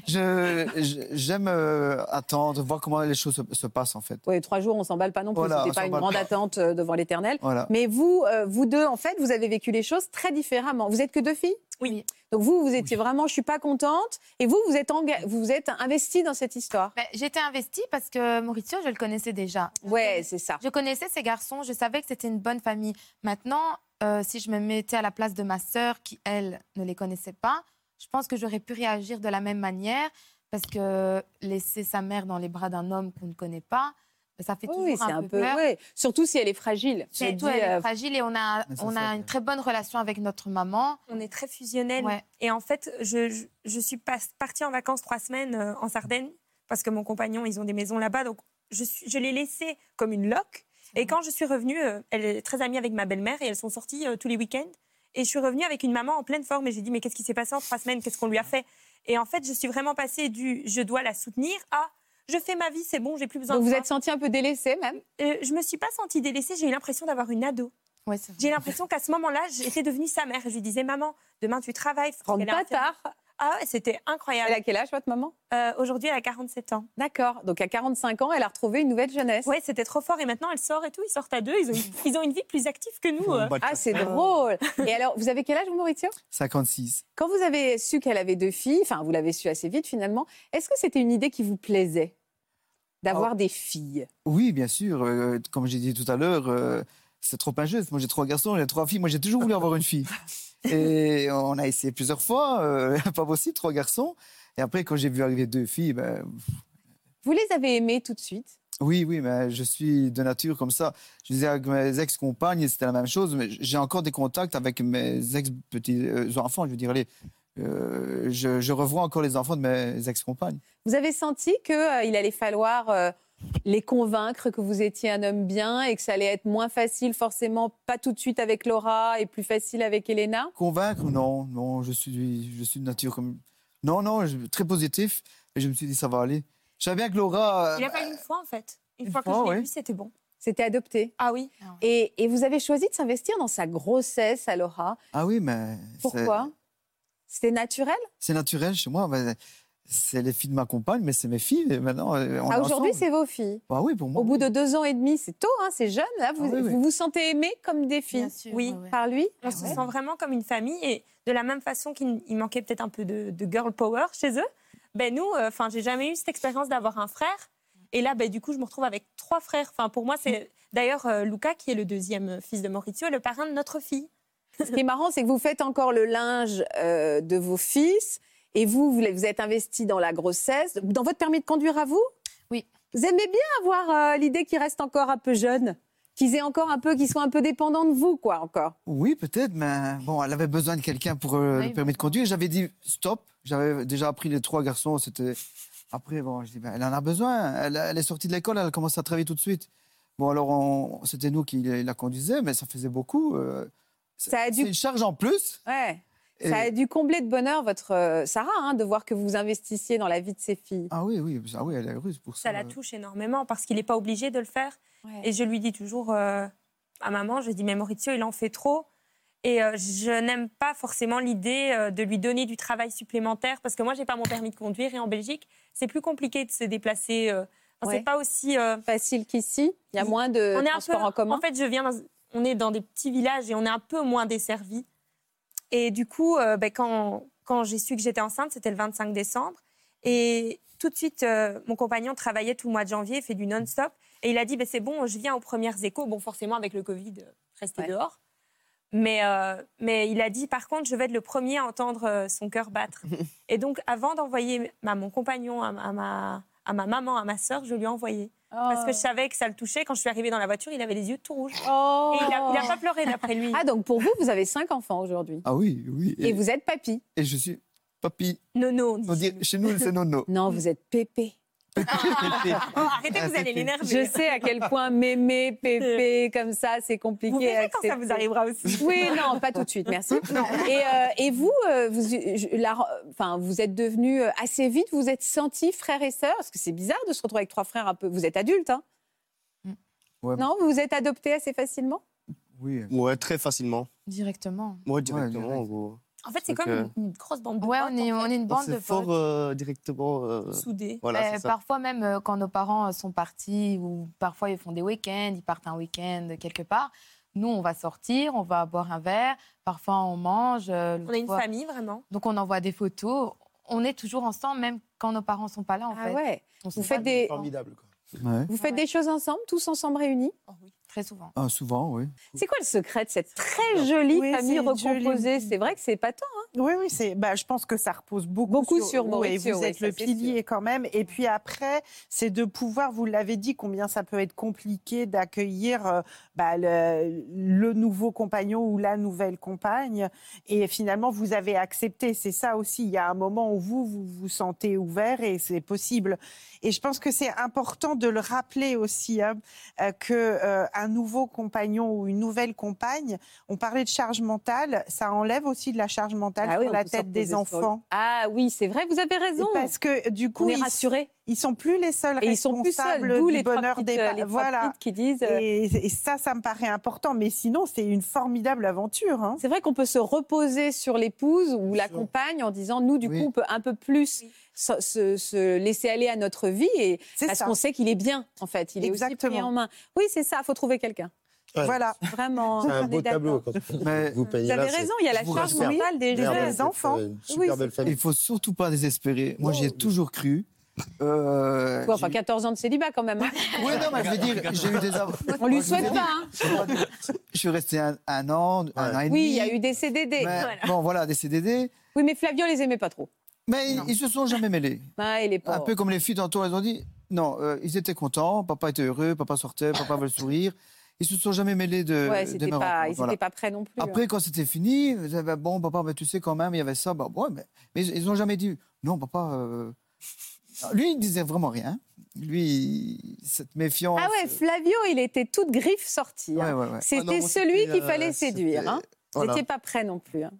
Speaker 3: Je- je- J'aime euh, attendre, voir comment les choses se, se passent, en fait.
Speaker 7: Oui, trois jours, on s'emballe pas non plus.
Speaker 3: Voilà, on
Speaker 7: C'était pas une
Speaker 3: s'emballe
Speaker 7: grande
Speaker 3: pas.
Speaker 7: attente euh, devant l'éternel.
Speaker 3: Voilà.
Speaker 7: Mais vous, euh, vous deux, en fait, vous avez vécu les choses très différemment. Vous êtes que deux filles
Speaker 4: Oui.
Speaker 7: Donc vous, vous étiez vraiment, je suis pas contente. Et vous, vous êtes, enga- vous êtes investi dans cette histoire.
Speaker 5: Ben, J'étais investie parce que Mauricio, je le connaissais déjà.
Speaker 7: Ouais, c'est ça.
Speaker 5: Je connaissais ces garçons, je savais que c'était une bonne famille. Maintenant, euh, si je me mettais à la place de ma sœur, qui, elle, ne les connaissait pas, je pense que j'aurais pu réagir de la même manière parce que laisser sa mère dans les bras d'un homme qu'on ne connaît pas, ben, ça fait toujours
Speaker 7: Oui, c'est
Speaker 5: un, peu peur.
Speaker 7: ouais. Surtout si elle est fragile. Je
Speaker 5: Surtout,
Speaker 7: dis,
Speaker 5: elle est
Speaker 7: euh,
Speaker 5: fragile et on a,
Speaker 7: Mais c'est
Speaker 5: on
Speaker 7: ça,
Speaker 5: a une très bonne relation avec notre maman.
Speaker 4: On est très fusionnel.
Speaker 5: Ouais.
Speaker 4: Et en fait, je, je, je suis pas- partie en vacances trois semaines euh, en Sardaigne parce que mon compagnon, ils ont des maisons là-bas. Donc, je, suis- je l'ai laissée comme une loque. Et quand je suis revenue, euh, elle est très amie avec ma belle-mère et elles sont sorties euh, tous les week-ends. Et je suis revenue avec une maman en pleine forme et j'ai dit, mais qu'est-ce qui s'est passé en trois semaines Qu'est-ce qu'on lui a fait Et en fait, je suis vraiment passée du je dois la soutenir à je fais ma vie, c'est bon, j'ai plus besoin
Speaker 7: donc
Speaker 4: de
Speaker 7: vous
Speaker 4: toi.
Speaker 7: êtes senti un peu délaissée même.
Speaker 4: Euh, je me suis pas sentie délaissée, j'ai eu l'impression d'avoir une ado.
Speaker 5: Ouais, c'est vrai.
Speaker 4: J'ai l'impression qu'à ce moment-là, j'étais devenue sa mère. Je lui disais, maman, demain tu travailles. faut
Speaker 7: Rentre
Speaker 4: qu'elle ait
Speaker 7: pas
Speaker 4: un fermier.
Speaker 7: tard.
Speaker 4: Ah, ouais, c'était incroyable.
Speaker 7: Elle a quel âge votre maman
Speaker 4: Euh, Aujourd'hui, elle a 47 ans.
Speaker 7: D'accord. Donc à 45 ans, elle a retrouvé une nouvelle jeunesse.
Speaker 4: Ouais, c'était trop fort. Et maintenant, elle sort et tout. Ils sortent à deux. Ils ont une, ils ont une vie plus active que nous. euh.
Speaker 7: Ah, c'est drôle. Et alors, vous avez quel âge, vous, Mauricio
Speaker 3: 56.
Speaker 7: Quand vous avez su qu'elle avait deux filles, enfin, vous l'avez su assez vite finalement, est-ce que c'était une idée qui vous plaisait
Speaker 4: Oh.
Speaker 7: d'avoir des filles
Speaker 3: Oui, bien sûr. euh, comme j'ai dit tout à l'heure, euh, c'est trop injuste. Moi, j'ai trois garçons, j'ai trois filles. Moi, j'ai toujours voulu avoir une fille. Et on a essayé plusieurs fois. euh, pas possible, trois garçons. Et après, quand j'ai vu arriver deux filles, ben,
Speaker 7: Vous les avez aimées tout de suite
Speaker 3: Oui, oui, mais je suis de nature comme ça. Je disais avec mes ex-compagnes, c'était la même chose, mais j'ai encore des contacts avec mes ex-petits-enfants. je veux dire, les, euh, je, je revois encore les enfants de mes ex-compagnes.
Speaker 7: Vous avez senti qu'il allait falloir euh, les convaincre que vous étiez un homme bien et que ça allait être moins facile forcément, pas tout de suite avec Laura et plus facile avec Elena
Speaker 3: Convaincre Non, non, je suis, je suis de nature comme. Non, non, je- très positif. Et je me suis dit, ça va aller. Je savais bien que Laura.
Speaker 4: Il a fallu une fois, en fait. Une,
Speaker 3: Une
Speaker 4: fois,
Speaker 3: fois,
Speaker 4: que je l'ai
Speaker 3: ouais.
Speaker 4: vu, c'était bon.
Speaker 7: C'était adopté.
Speaker 4: Ah oui.
Speaker 7: Et, et vous avez choisi de s'investir dans sa grossesse à Laura.
Speaker 3: Ah oui, mais. c'est-
Speaker 7: Pourquoi C'était naturel
Speaker 3: C'est naturel chez moi. mais C'est les filles de ma compagne, mais c'est mes filles. et Maintenant, euh, on est
Speaker 7: Ah, Aujourd'hui,
Speaker 3: ensemble.
Speaker 7: c'est vos filles.
Speaker 3: Bah oui, pour moi.
Speaker 7: Au bout de deux ans et demi, c'est tôt, hein, c'est jeune. Là, vous,
Speaker 3: Ah oui, oui.
Speaker 7: vous vous sentez aimé comme des filles
Speaker 5: sûr,
Speaker 4: Oui.
Speaker 5: ouais, ouais.
Speaker 7: par lui
Speaker 4: On se sent vraiment comme une famille. Et de la même façon qu'il il manquait peut-être un peu de, de girl power chez eux, ben nous, enfin, j'ai jamais eu cette expérience d'avoir un frère. Et là, ben, du coup, je me retrouve avec trois frères. Enfin, pour moi, c'est D'ailleurs, euh, Luca, qui est le deuxième fils de Maurizio, est le parrain de notre fille.
Speaker 7: Ce qui est marrant, c'est que vous faites encore le linge euh, de vos fils et vous, vous vous êtes investi dans la grossesse. Dans votre permis de conduire à vous
Speaker 5: Oui.
Speaker 7: Vous aimez bien avoir euh, l'idée qu'ils restent encore un peu jeunes Qu'ils aient encore un peu, qu'ils soient un peu dépendants de vous, quoi, encore.
Speaker 3: Oui, peut-être, mais bon, elle avait besoin de quelqu'un pour euh,
Speaker 5: Oui.
Speaker 3: le permis de conduire. J'avais dit stop. J'avais déjà appris les trois garçons. C'était après, bon, je dis, ben, elle en a besoin. Elle, elle est sortie de l'école, elle a commencé à travailler tout de suite. Bon, alors, on- c'était nous qui la conduisaient, mais ça faisait beaucoup. euh,
Speaker 7: Ça a dû-
Speaker 3: C'est une charge en plus.
Speaker 7: Ouais.
Speaker 3: Et-
Speaker 7: Ça a dû combler de bonheur votre euh, Sarah, hein, de voir que vous investissiez dans la vie de ses filles.
Speaker 3: Ah oui, oui, ah oui, elle est russe pour ça.
Speaker 12: Mm.
Speaker 4: Ça la touche énormément parce qu'il n'est pas obligé de le faire. Et je lui dis toujours euh, à maman, je dis mais Maurizio, il en fait trop. Et euh, je n'aime pas forcément l'idée euh, de lui donner du travail supplémentaire parce que moi, j'ai pas mon permis de conduire et en Belgique, c'est plus compliqué de se déplacer. euh, enfin,
Speaker 7: Ouais.
Speaker 4: C'est pas aussi
Speaker 7: facile qu'ici. Il y a moins de
Speaker 4: on est un
Speaker 7: transports
Speaker 4: peu-
Speaker 7: en commun.
Speaker 4: En fait, je viens dans- on est dans des petits villages et on est un peu moins desservis. Et du coup, euh, ben, quand, quand j'ai su que j'étais enceinte, c'était le 25 décembre. Et tout de suite, euh, mon compagnon travaillait tout le mois de janvier, fait du non-stop. Et il a dit, ben, c'est bon, je viens aux premières échos. Bon, forcément, avec le Covid, euh, rester dehors. Mais, euh, mais il a dit, par contre, je vais être le premier à entendre euh, son cœur battre. et donc, avant d'envoyer ma- mon compagnon à, ma- à ma, à ma maman, à ma sœur, je lui ai envoyé. Parce que je savais que ça le touchait. Quand je suis arrivée dans la voiture, il avait les yeux tout rouges.
Speaker 7: Oh.
Speaker 4: Et il a- il a pas pleuré d'après lui.
Speaker 7: Ah, donc pour vous, vous avez cinq enfants aujourd'hui.
Speaker 3: Ah oui, oui.
Speaker 7: Et vous êtes papy.
Speaker 3: Et je suis papy.
Speaker 4: Nono. Ah,
Speaker 3: On dit, chez nous, c'est nono. Ah,
Speaker 7: Non, vous êtes pépé.
Speaker 4: Arrêtez, vous allez l'énerver.
Speaker 7: Je sais à quel point mémé, pépé, comme ça, c'est compliqué.
Speaker 4: Vous verrez
Speaker 7: à
Speaker 4: quand ça
Speaker 7: accepter.
Speaker 4: vous arrivera aussi.
Speaker 7: Oui, non, pas tout de suite, merci. Et, euh, et vous, euh, vous, je- la- enfin, vous êtes devenu assez vite, vous êtes senti frère et sœur, parce que c'est bizarre de se retrouver avec trois frères un peu. Vous êtes adulte, hein
Speaker 11: Mm.
Speaker 3: Ouais.
Speaker 7: Non, vous vous êtes adopté assez facilement
Speaker 3: Oui.
Speaker 12: Ouais, très facilement.
Speaker 5: Directement.
Speaker 12: Ouais, directement, en gros.
Speaker 4: En fait, c'est
Speaker 12: Donc,
Speaker 4: comme
Speaker 12: euh,
Speaker 4: une, une grosse bande de
Speaker 5: Ouais,
Speaker 4: potes,
Speaker 5: on est,
Speaker 4: en fait.
Speaker 5: on est une
Speaker 12: On
Speaker 5: bande de
Speaker 12: s'est
Speaker 5: potes.
Speaker 12: fort euh, directement. euh,
Speaker 4: Soudés.
Speaker 12: Voilà,
Speaker 5: Euh,
Speaker 12: c'est ça.
Speaker 5: parfois même euh, quand nos parents euh, sont partis ou parfois ils font des week-ends, ils partent un week-end quelque part. Nous, on va sortir, on va boire un verre. Parfois, on mange. euh, l'autre
Speaker 4: On est une
Speaker 5: fois-
Speaker 4: famille, vraiment.
Speaker 5: Donc, on envoie des photos. On est toujours ensemble, même quand nos parents sont pas là. En
Speaker 7: Ah
Speaker 5: fait.
Speaker 7: ouais.
Speaker 5: On se
Speaker 7: Vous faites
Speaker 5: voit
Speaker 7: des-
Speaker 5: tout le temps.
Speaker 12: Formidable, quoi.
Speaker 3: Ouais.
Speaker 7: Vous faites des choses ensemble, tous ensemble réunis
Speaker 5: Très souvent.
Speaker 3: Ah, souvent, oui.
Speaker 7: C'est quoi le secret de cette très jolie
Speaker 11: Oui,
Speaker 7: famille
Speaker 11: c'est une jolie-
Speaker 7: recomposée C'est vrai que c'est pas tant.
Speaker 11: Oui, oui, c'est. Bah, je pense que ça repose beaucoup,
Speaker 7: Beaucoup sur
Speaker 11: oui,
Speaker 7: Maurizio,
Speaker 11: vous
Speaker 7: oui,
Speaker 11: êtes
Speaker 7: ça,
Speaker 11: le
Speaker 7: c'est
Speaker 11: pilier quand même. Et puis après, c'est de pouvoir, vous l'avez dit, combien ça peut être compliqué d'accueillir euh, bah, le, le nouveau compagnon ou la nouvelle compagne. Et finalement, vous avez accepté. C'est ça aussi. Il y a un moment où vous vous, vous sentez ouvert et c'est possible. Et je pense que c'est important de le rappeler aussi hein, euh, que euh, un nouveau compagnon ou une nouvelle compagne. On parlait de charge mentale. Ça enlève aussi de la charge mentale
Speaker 7: Ah
Speaker 11: sur
Speaker 7: oui, on
Speaker 11: la
Speaker 7: peut se
Speaker 11: tête des
Speaker 7: reposer sur le-
Speaker 11: enfants.
Speaker 7: Ah oui, c'est vrai, vous avez raison.
Speaker 11: Et Parce que du coup,
Speaker 7: On est
Speaker 11: ils-
Speaker 7: rassurés.
Speaker 11: Ils sont plus les seuls
Speaker 7: Et ils sont
Speaker 11: responsables
Speaker 7: plus seuls, d'où
Speaker 11: du
Speaker 7: les trois
Speaker 11: bonheur
Speaker 7: petites,
Speaker 11: des
Speaker 7: euh,
Speaker 11: pa-
Speaker 7: les trois
Speaker 11: Voilà.
Speaker 7: petites qui disent. euh,
Speaker 11: Et, et ça, ça me paraît important. Mais sinon, c'est une formidable aventure. hein.
Speaker 7: C'est vrai qu'on peut se reposer sur l'épouse ou la compagne en disant, nous, du
Speaker 3: Oui.
Speaker 7: coup, on peut un peu plus se, se- se laisser aller à notre vie et
Speaker 11: C'est
Speaker 7: parce
Speaker 11: ça.
Speaker 7: qu'on sait qu'il est bien, en fait. Il est aussi pris
Speaker 11: Exactement.
Speaker 7: en main. Oui, c'est ça, il faut trouver quelqu'un.
Speaker 6: Ouais.
Speaker 11: Voilà.
Speaker 7: Vraiment.
Speaker 6: C'est un
Speaker 7: on
Speaker 6: beau
Speaker 7: est Ah, d'accord.
Speaker 6: tableau. Quand vous-
Speaker 3: Mais-
Speaker 6: vous payez
Speaker 7: Vous avez
Speaker 6: là, c'est-
Speaker 7: raison, il y a la
Speaker 6: je vous
Speaker 7: charge
Speaker 6: rassure.
Speaker 7: mentale des
Speaker 6: Merde,
Speaker 7: jeunes.
Speaker 6: vous êtes, euh,
Speaker 11: enfants.
Speaker 6: Une super
Speaker 7: Oui,
Speaker 6: belle
Speaker 3: Il
Speaker 6: famille.
Speaker 3: faut surtout pas désespérer. Moi, j'ai toujours cru. euh,
Speaker 7: Quoi, enfin, 14 ans de célibat quand même. hein.
Speaker 3: Oui, non, mais je veux dire, j'ai eu des av-
Speaker 7: On lui souhaite pas. hein.
Speaker 3: Je suis resté un, un an, un an et demi.
Speaker 7: Oui, il y a eu des CDD.
Speaker 3: Mais-
Speaker 7: Voilà.
Speaker 3: Bon, voilà, des CDD.
Speaker 7: Oui, mais Flavio les aimait pas trop.
Speaker 3: Mais ils, ils se sont jamais mêlés.
Speaker 7: Ah, il est
Speaker 3: Un
Speaker 7: pas.
Speaker 3: peu comme les filles tantôt, elles ont dit non, euh, ils étaient contents, papa était heureux, papa sortait, papa avait le sourire. Ils se sont jamais mêlés de,
Speaker 7: Ouais,
Speaker 3: de
Speaker 7: c'était
Speaker 3: mes
Speaker 7: pas,
Speaker 3: rencontres,
Speaker 7: ils étaient
Speaker 3: euh, voilà.
Speaker 7: pas prêts non plus. hein.
Speaker 3: Après, quand c'était fini, ils disaient, Ben bon, papa, ben, tu sais quand même, il y avait ça. Ben, ouais, mais, mais ils n'ont jamais dit non, papa. euh. Lui, il disait vraiment rien. Lui, il- cette méfiance. euh,
Speaker 7: Ah ouais, Flavio, il était toute griffe sortie. hein.
Speaker 3: Ouais, ouais, ouais.
Speaker 7: C'était
Speaker 12: Ah non, moi,
Speaker 7: celui
Speaker 12: c'était,
Speaker 7: qu'il
Speaker 12: euh,
Speaker 7: fallait
Speaker 12: c'était-
Speaker 7: séduire. Hein. Vous
Speaker 12: voilà.
Speaker 7: n'étiez pas prêts non plus. hein.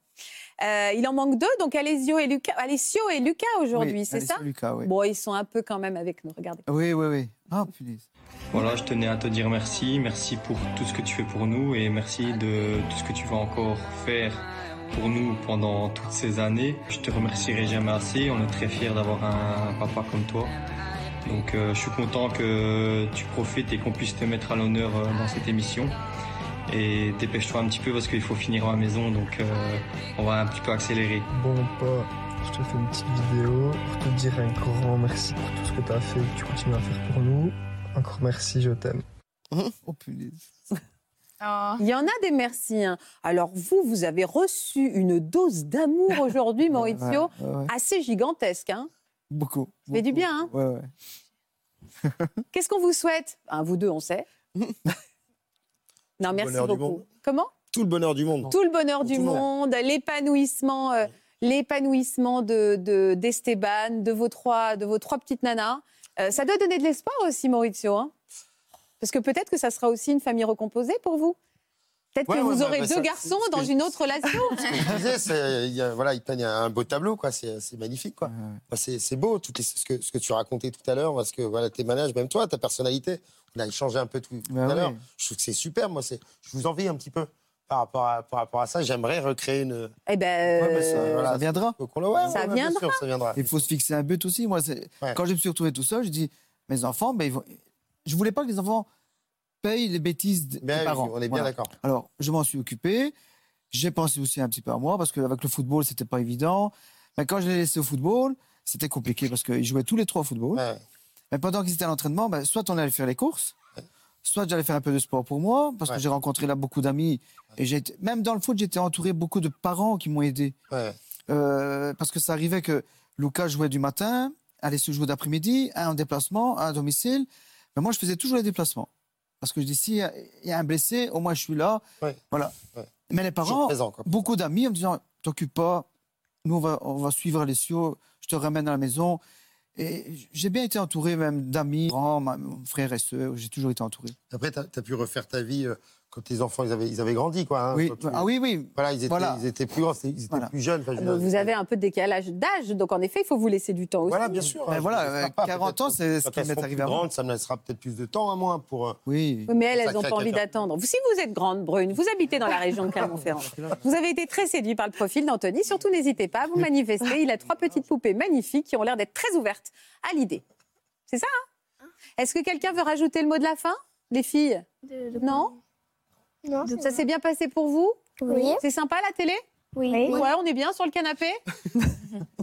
Speaker 7: Euh, il en manque deux, donc Alessio et Lucas, Alessio et Lucas aujourd'hui,
Speaker 3: Oui,
Speaker 7: c'est
Speaker 3: Alessio
Speaker 7: ça
Speaker 3: Lucas, oui.
Speaker 7: Bon, ils sont un peu quand même avec nous, regardez.
Speaker 3: Oui, oui, oui. Ah, punaise.
Speaker 1: Voilà, je tenais à te dire merci, merci pour tout ce que tu fais pour nous et merci de tout ce que tu vas encore faire pour nous pendant toutes ces années. Je te remercierai jamais assez, on est très fiers d'avoir un papa comme toi. Donc euh, je suis content que tu profites et qu'on puisse te mettre à l'honneur euh, dans cette émission. Et dépêche-toi un petit peu parce qu'il faut finir à la maison, donc euh, on va un petit peu accélérer.
Speaker 13: Bon mon pote, je te fais une petite vidéo pour te dire un grand merci pour tout ce que tu as fait et que tu continues à faire pour nous. Encore merci, je t'aime.
Speaker 14: Mmh.
Speaker 3: Oh punaise.
Speaker 5: Oh.
Speaker 7: Il y en a des merci. hein. Alors vous, vous avez reçu une dose d'amour aujourd'hui, Maurizio,
Speaker 3: ouais, ouais.
Speaker 7: assez gigantesque. Hein
Speaker 3: Beaucoup.
Speaker 7: Ça fait du bien. hein
Speaker 3: Ouais, ouais.
Speaker 7: Qu'est-ce qu'on vous souhaite Un, Vous deux, on sait. non, merci
Speaker 14: bonheur du
Speaker 7: beaucoup.
Speaker 14: monde.
Speaker 7: Comment
Speaker 14: Tout le bonheur du monde.
Speaker 7: Tout le bonheur du
Speaker 14: Tout le
Speaker 7: monde, l'épanouissement, euh, l'épanouissement de, de- d'Esteban, de vos trois, de vos trois petites nanas. Euh, ça doit donner de l'espoir aussi, Maurizio. hein Parce que peut-être que ça sera aussi une famille recomposée pour vous. Peut-être
Speaker 14: Ouais,
Speaker 7: que
Speaker 14: ouais,
Speaker 7: vous
Speaker 14: bah,
Speaker 7: aurez
Speaker 14: bah,
Speaker 7: deux
Speaker 14: ça-
Speaker 7: garçons
Speaker 14: ce que
Speaker 7: dans
Speaker 14: je-
Speaker 7: une autre relation.
Speaker 14: Je disais, c'est- il y a- voilà, ils peignent un beau tableau, quoi. C'est c'est magnifique, quoi. Enfin, c'est c'est beau, toutes les- ce, que, ce que tu racontais tout à l'heure, parce que voilà, tes manages, même toi, ta personnalité, on a échangé un peu tout, tout
Speaker 3: Bah
Speaker 14: à
Speaker 3: ouais.
Speaker 14: l'heure. Je trouve que c'est super, moi. c'est- Je vous envie un petit peu par rapport à, par rapport à ça. J'aimerais recréer une.
Speaker 7: Eh ben,
Speaker 14: Ouais, mais ça,
Speaker 7: euh,
Speaker 14: voilà,
Speaker 3: ça viendra.
Speaker 14: Faut qu'on le- ouais,
Speaker 7: Ça
Speaker 14: ouais, bien
Speaker 7: viendra.
Speaker 14: sûr, ça viendra.
Speaker 3: Il faut se fixer un but aussi. Moi, c'est- quand je me suis retrouvé tout seul, je dis mes enfants, ben, ils vont... je voulais pas que les enfants payent les bêtises d-
Speaker 14: Ben
Speaker 3: des
Speaker 14: oui,
Speaker 3: parents.
Speaker 14: on est bien d'accord.
Speaker 3: Alors, je m'en suis occupé. J'ai pensé aussi un petit peu à moi parce qu'avec le football, c'était pas évident. Mais quand je l'ai laissé au football, c'était compliqué parce qu'ils jouaient tous les trois au football. Mais pendant qu'ils étaient à l'entraînement, ben, soit on allait faire les courses, soit j'allais faire un peu de sport pour moi parce que j'ai rencontré là beaucoup d'amis. Et j'ai été- même dans le foot, j'étais entouré beaucoup de parents qui m'ont aidé. Euh, parce que ça arrivait que Lucas jouait du matin, allait se jouer d'après-midi, un en déplacement, un à domicile. Mais moi, je faisais toujours les déplacements. Parce que je dis, s'il y a- il y a un blessé, au moins je suis là. Voilà. Mais les parents, beaucoup d'amis en me disant, t'occupe pas, nous, on va, on va suivre les sios, je te ramène à la maison. Et j'ai bien été entouré même d'amis, grands, ma- mon frère et sœurs, j'ai toujours été entouré.
Speaker 14: Après, tu as, pu refaire ta vie euh, quand tes enfants, ils avaient, ils avaient grandi, quoi. hein,
Speaker 3: Oui.
Speaker 14: quand tu-
Speaker 3: Ah oui, oui.
Speaker 14: Voilà, ils étaient,
Speaker 3: Voilà.
Speaker 14: Ils étaient plus grands, c'est- ils étaient plus jeunes. enfin, je veux
Speaker 7: Bon,
Speaker 14: dire,
Speaker 7: euh, Vous avez un peu de décalage d'âge, donc en effet, il faut vous laisser du temps aussi.
Speaker 14: Voilà, bien sûr. hein, je
Speaker 3: voilà,
Speaker 14: les
Speaker 3: euh,
Speaker 14: laisserai pas,
Speaker 3: 40
Speaker 14: peut-être,
Speaker 3: ans, c'est ce
Speaker 14: quand
Speaker 3: qui
Speaker 14: elles
Speaker 3: m'est
Speaker 14: seront
Speaker 3: arrivé
Speaker 14: plus
Speaker 3: à moi.
Speaker 14: grandes, Ça me laissera peut-être plus de temps à moi pour. euh,
Speaker 3: Oui.
Speaker 7: Oui, Mais elles, elles n'ont
Speaker 14: consacrer
Speaker 7: pas
Speaker 14: à
Speaker 7: envie
Speaker 14: quelqu'un.
Speaker 7: d'attendre. Si vous êtes grande, brune, vous habitez dans la région de Clermont-Ferrand. Vous avez été très séduit par le profil d'Anthony. Surtout, n'hésitez pas à vous manifester. Il a trois petites poupées magnifiques qui ont l'air d'être très ouvertes à l'idée. C'est ça, hein Est-ce que quelqu'un veut rajouter le mot de la fin Les filles Non
Speaker 9: Non,
Speaker 7: Ça s'est bien passé pour vous
Speaker 9: Oui.
Speaker 7: C'est sympa la télé
Speaker 9: Oui.
Speaker 7: Ouais, on est bien sur le canapé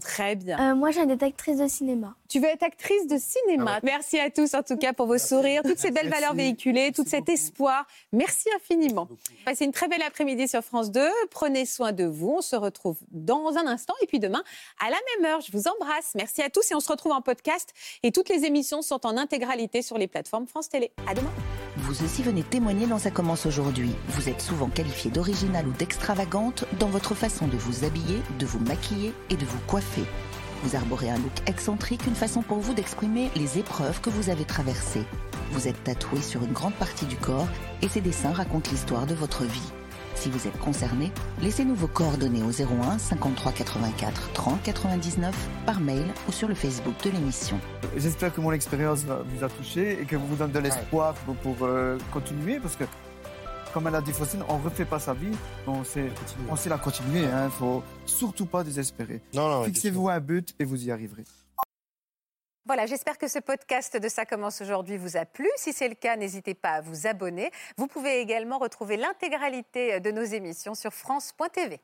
Speaker 7: Très bien.
Speaker 9: Euh, moi, j'ai un détectrice de cinéma.
Speaker 7: Tu veux être actrice de cinéma. Ah Merci à tous en tout cas pour vos sourires, toutes ces belles valeurs véhiculées, tout cet espoir. Merci infiniment. Passez une très belle après-midi sur France 2. Prenez soin de vous. On se retrouve dans un instant et puis demain à la même heure. Je vous embrasse. Merci à tous et on se retrouve en podcast. Et toutes les émissions sont en intégralité sur les plateformes France Télé. À demain.
Speaker 15: Vous aussi venez témoigner dans Ça commence aujourd'hui. Vous êtes souvent qualifié d'original ou d'extravagante dans votre façon de vous habiller, de vous maquiller et de vous coiffer. Vous arborez un look excentrique, une façon pour vous d'exprimer les épreuves que vous avez traversées. Vous êtes tatoué sur une grande partie du corps et ces dessins racontent l'histoire de votre vie. Si vous êtes concerné, laissez-nous vos coordonnées au 01 53 84 30 99 par mail ou sur le Facebook de l'émission.
Speaker 3: J'espère que mon expérience va- vous a touché et que vous donne de l'espoir pour, pour, euh, continuer parce que, comme elle a dit Faustine, on ne refait pas sa vie, on sait, on sait la continuer. Il ne faut surtout pas désespérer. Fixez-vous un but et vous y arriverez.
Speaker 7: Voilà, j'espère que ce podcast de Ça commence aujourd'hui vous a plu. Si c'est le cas, n'hésitez pas à vous abonner. Vous pouvez également retrouver l'intégralité de nos émissions sur France.tv.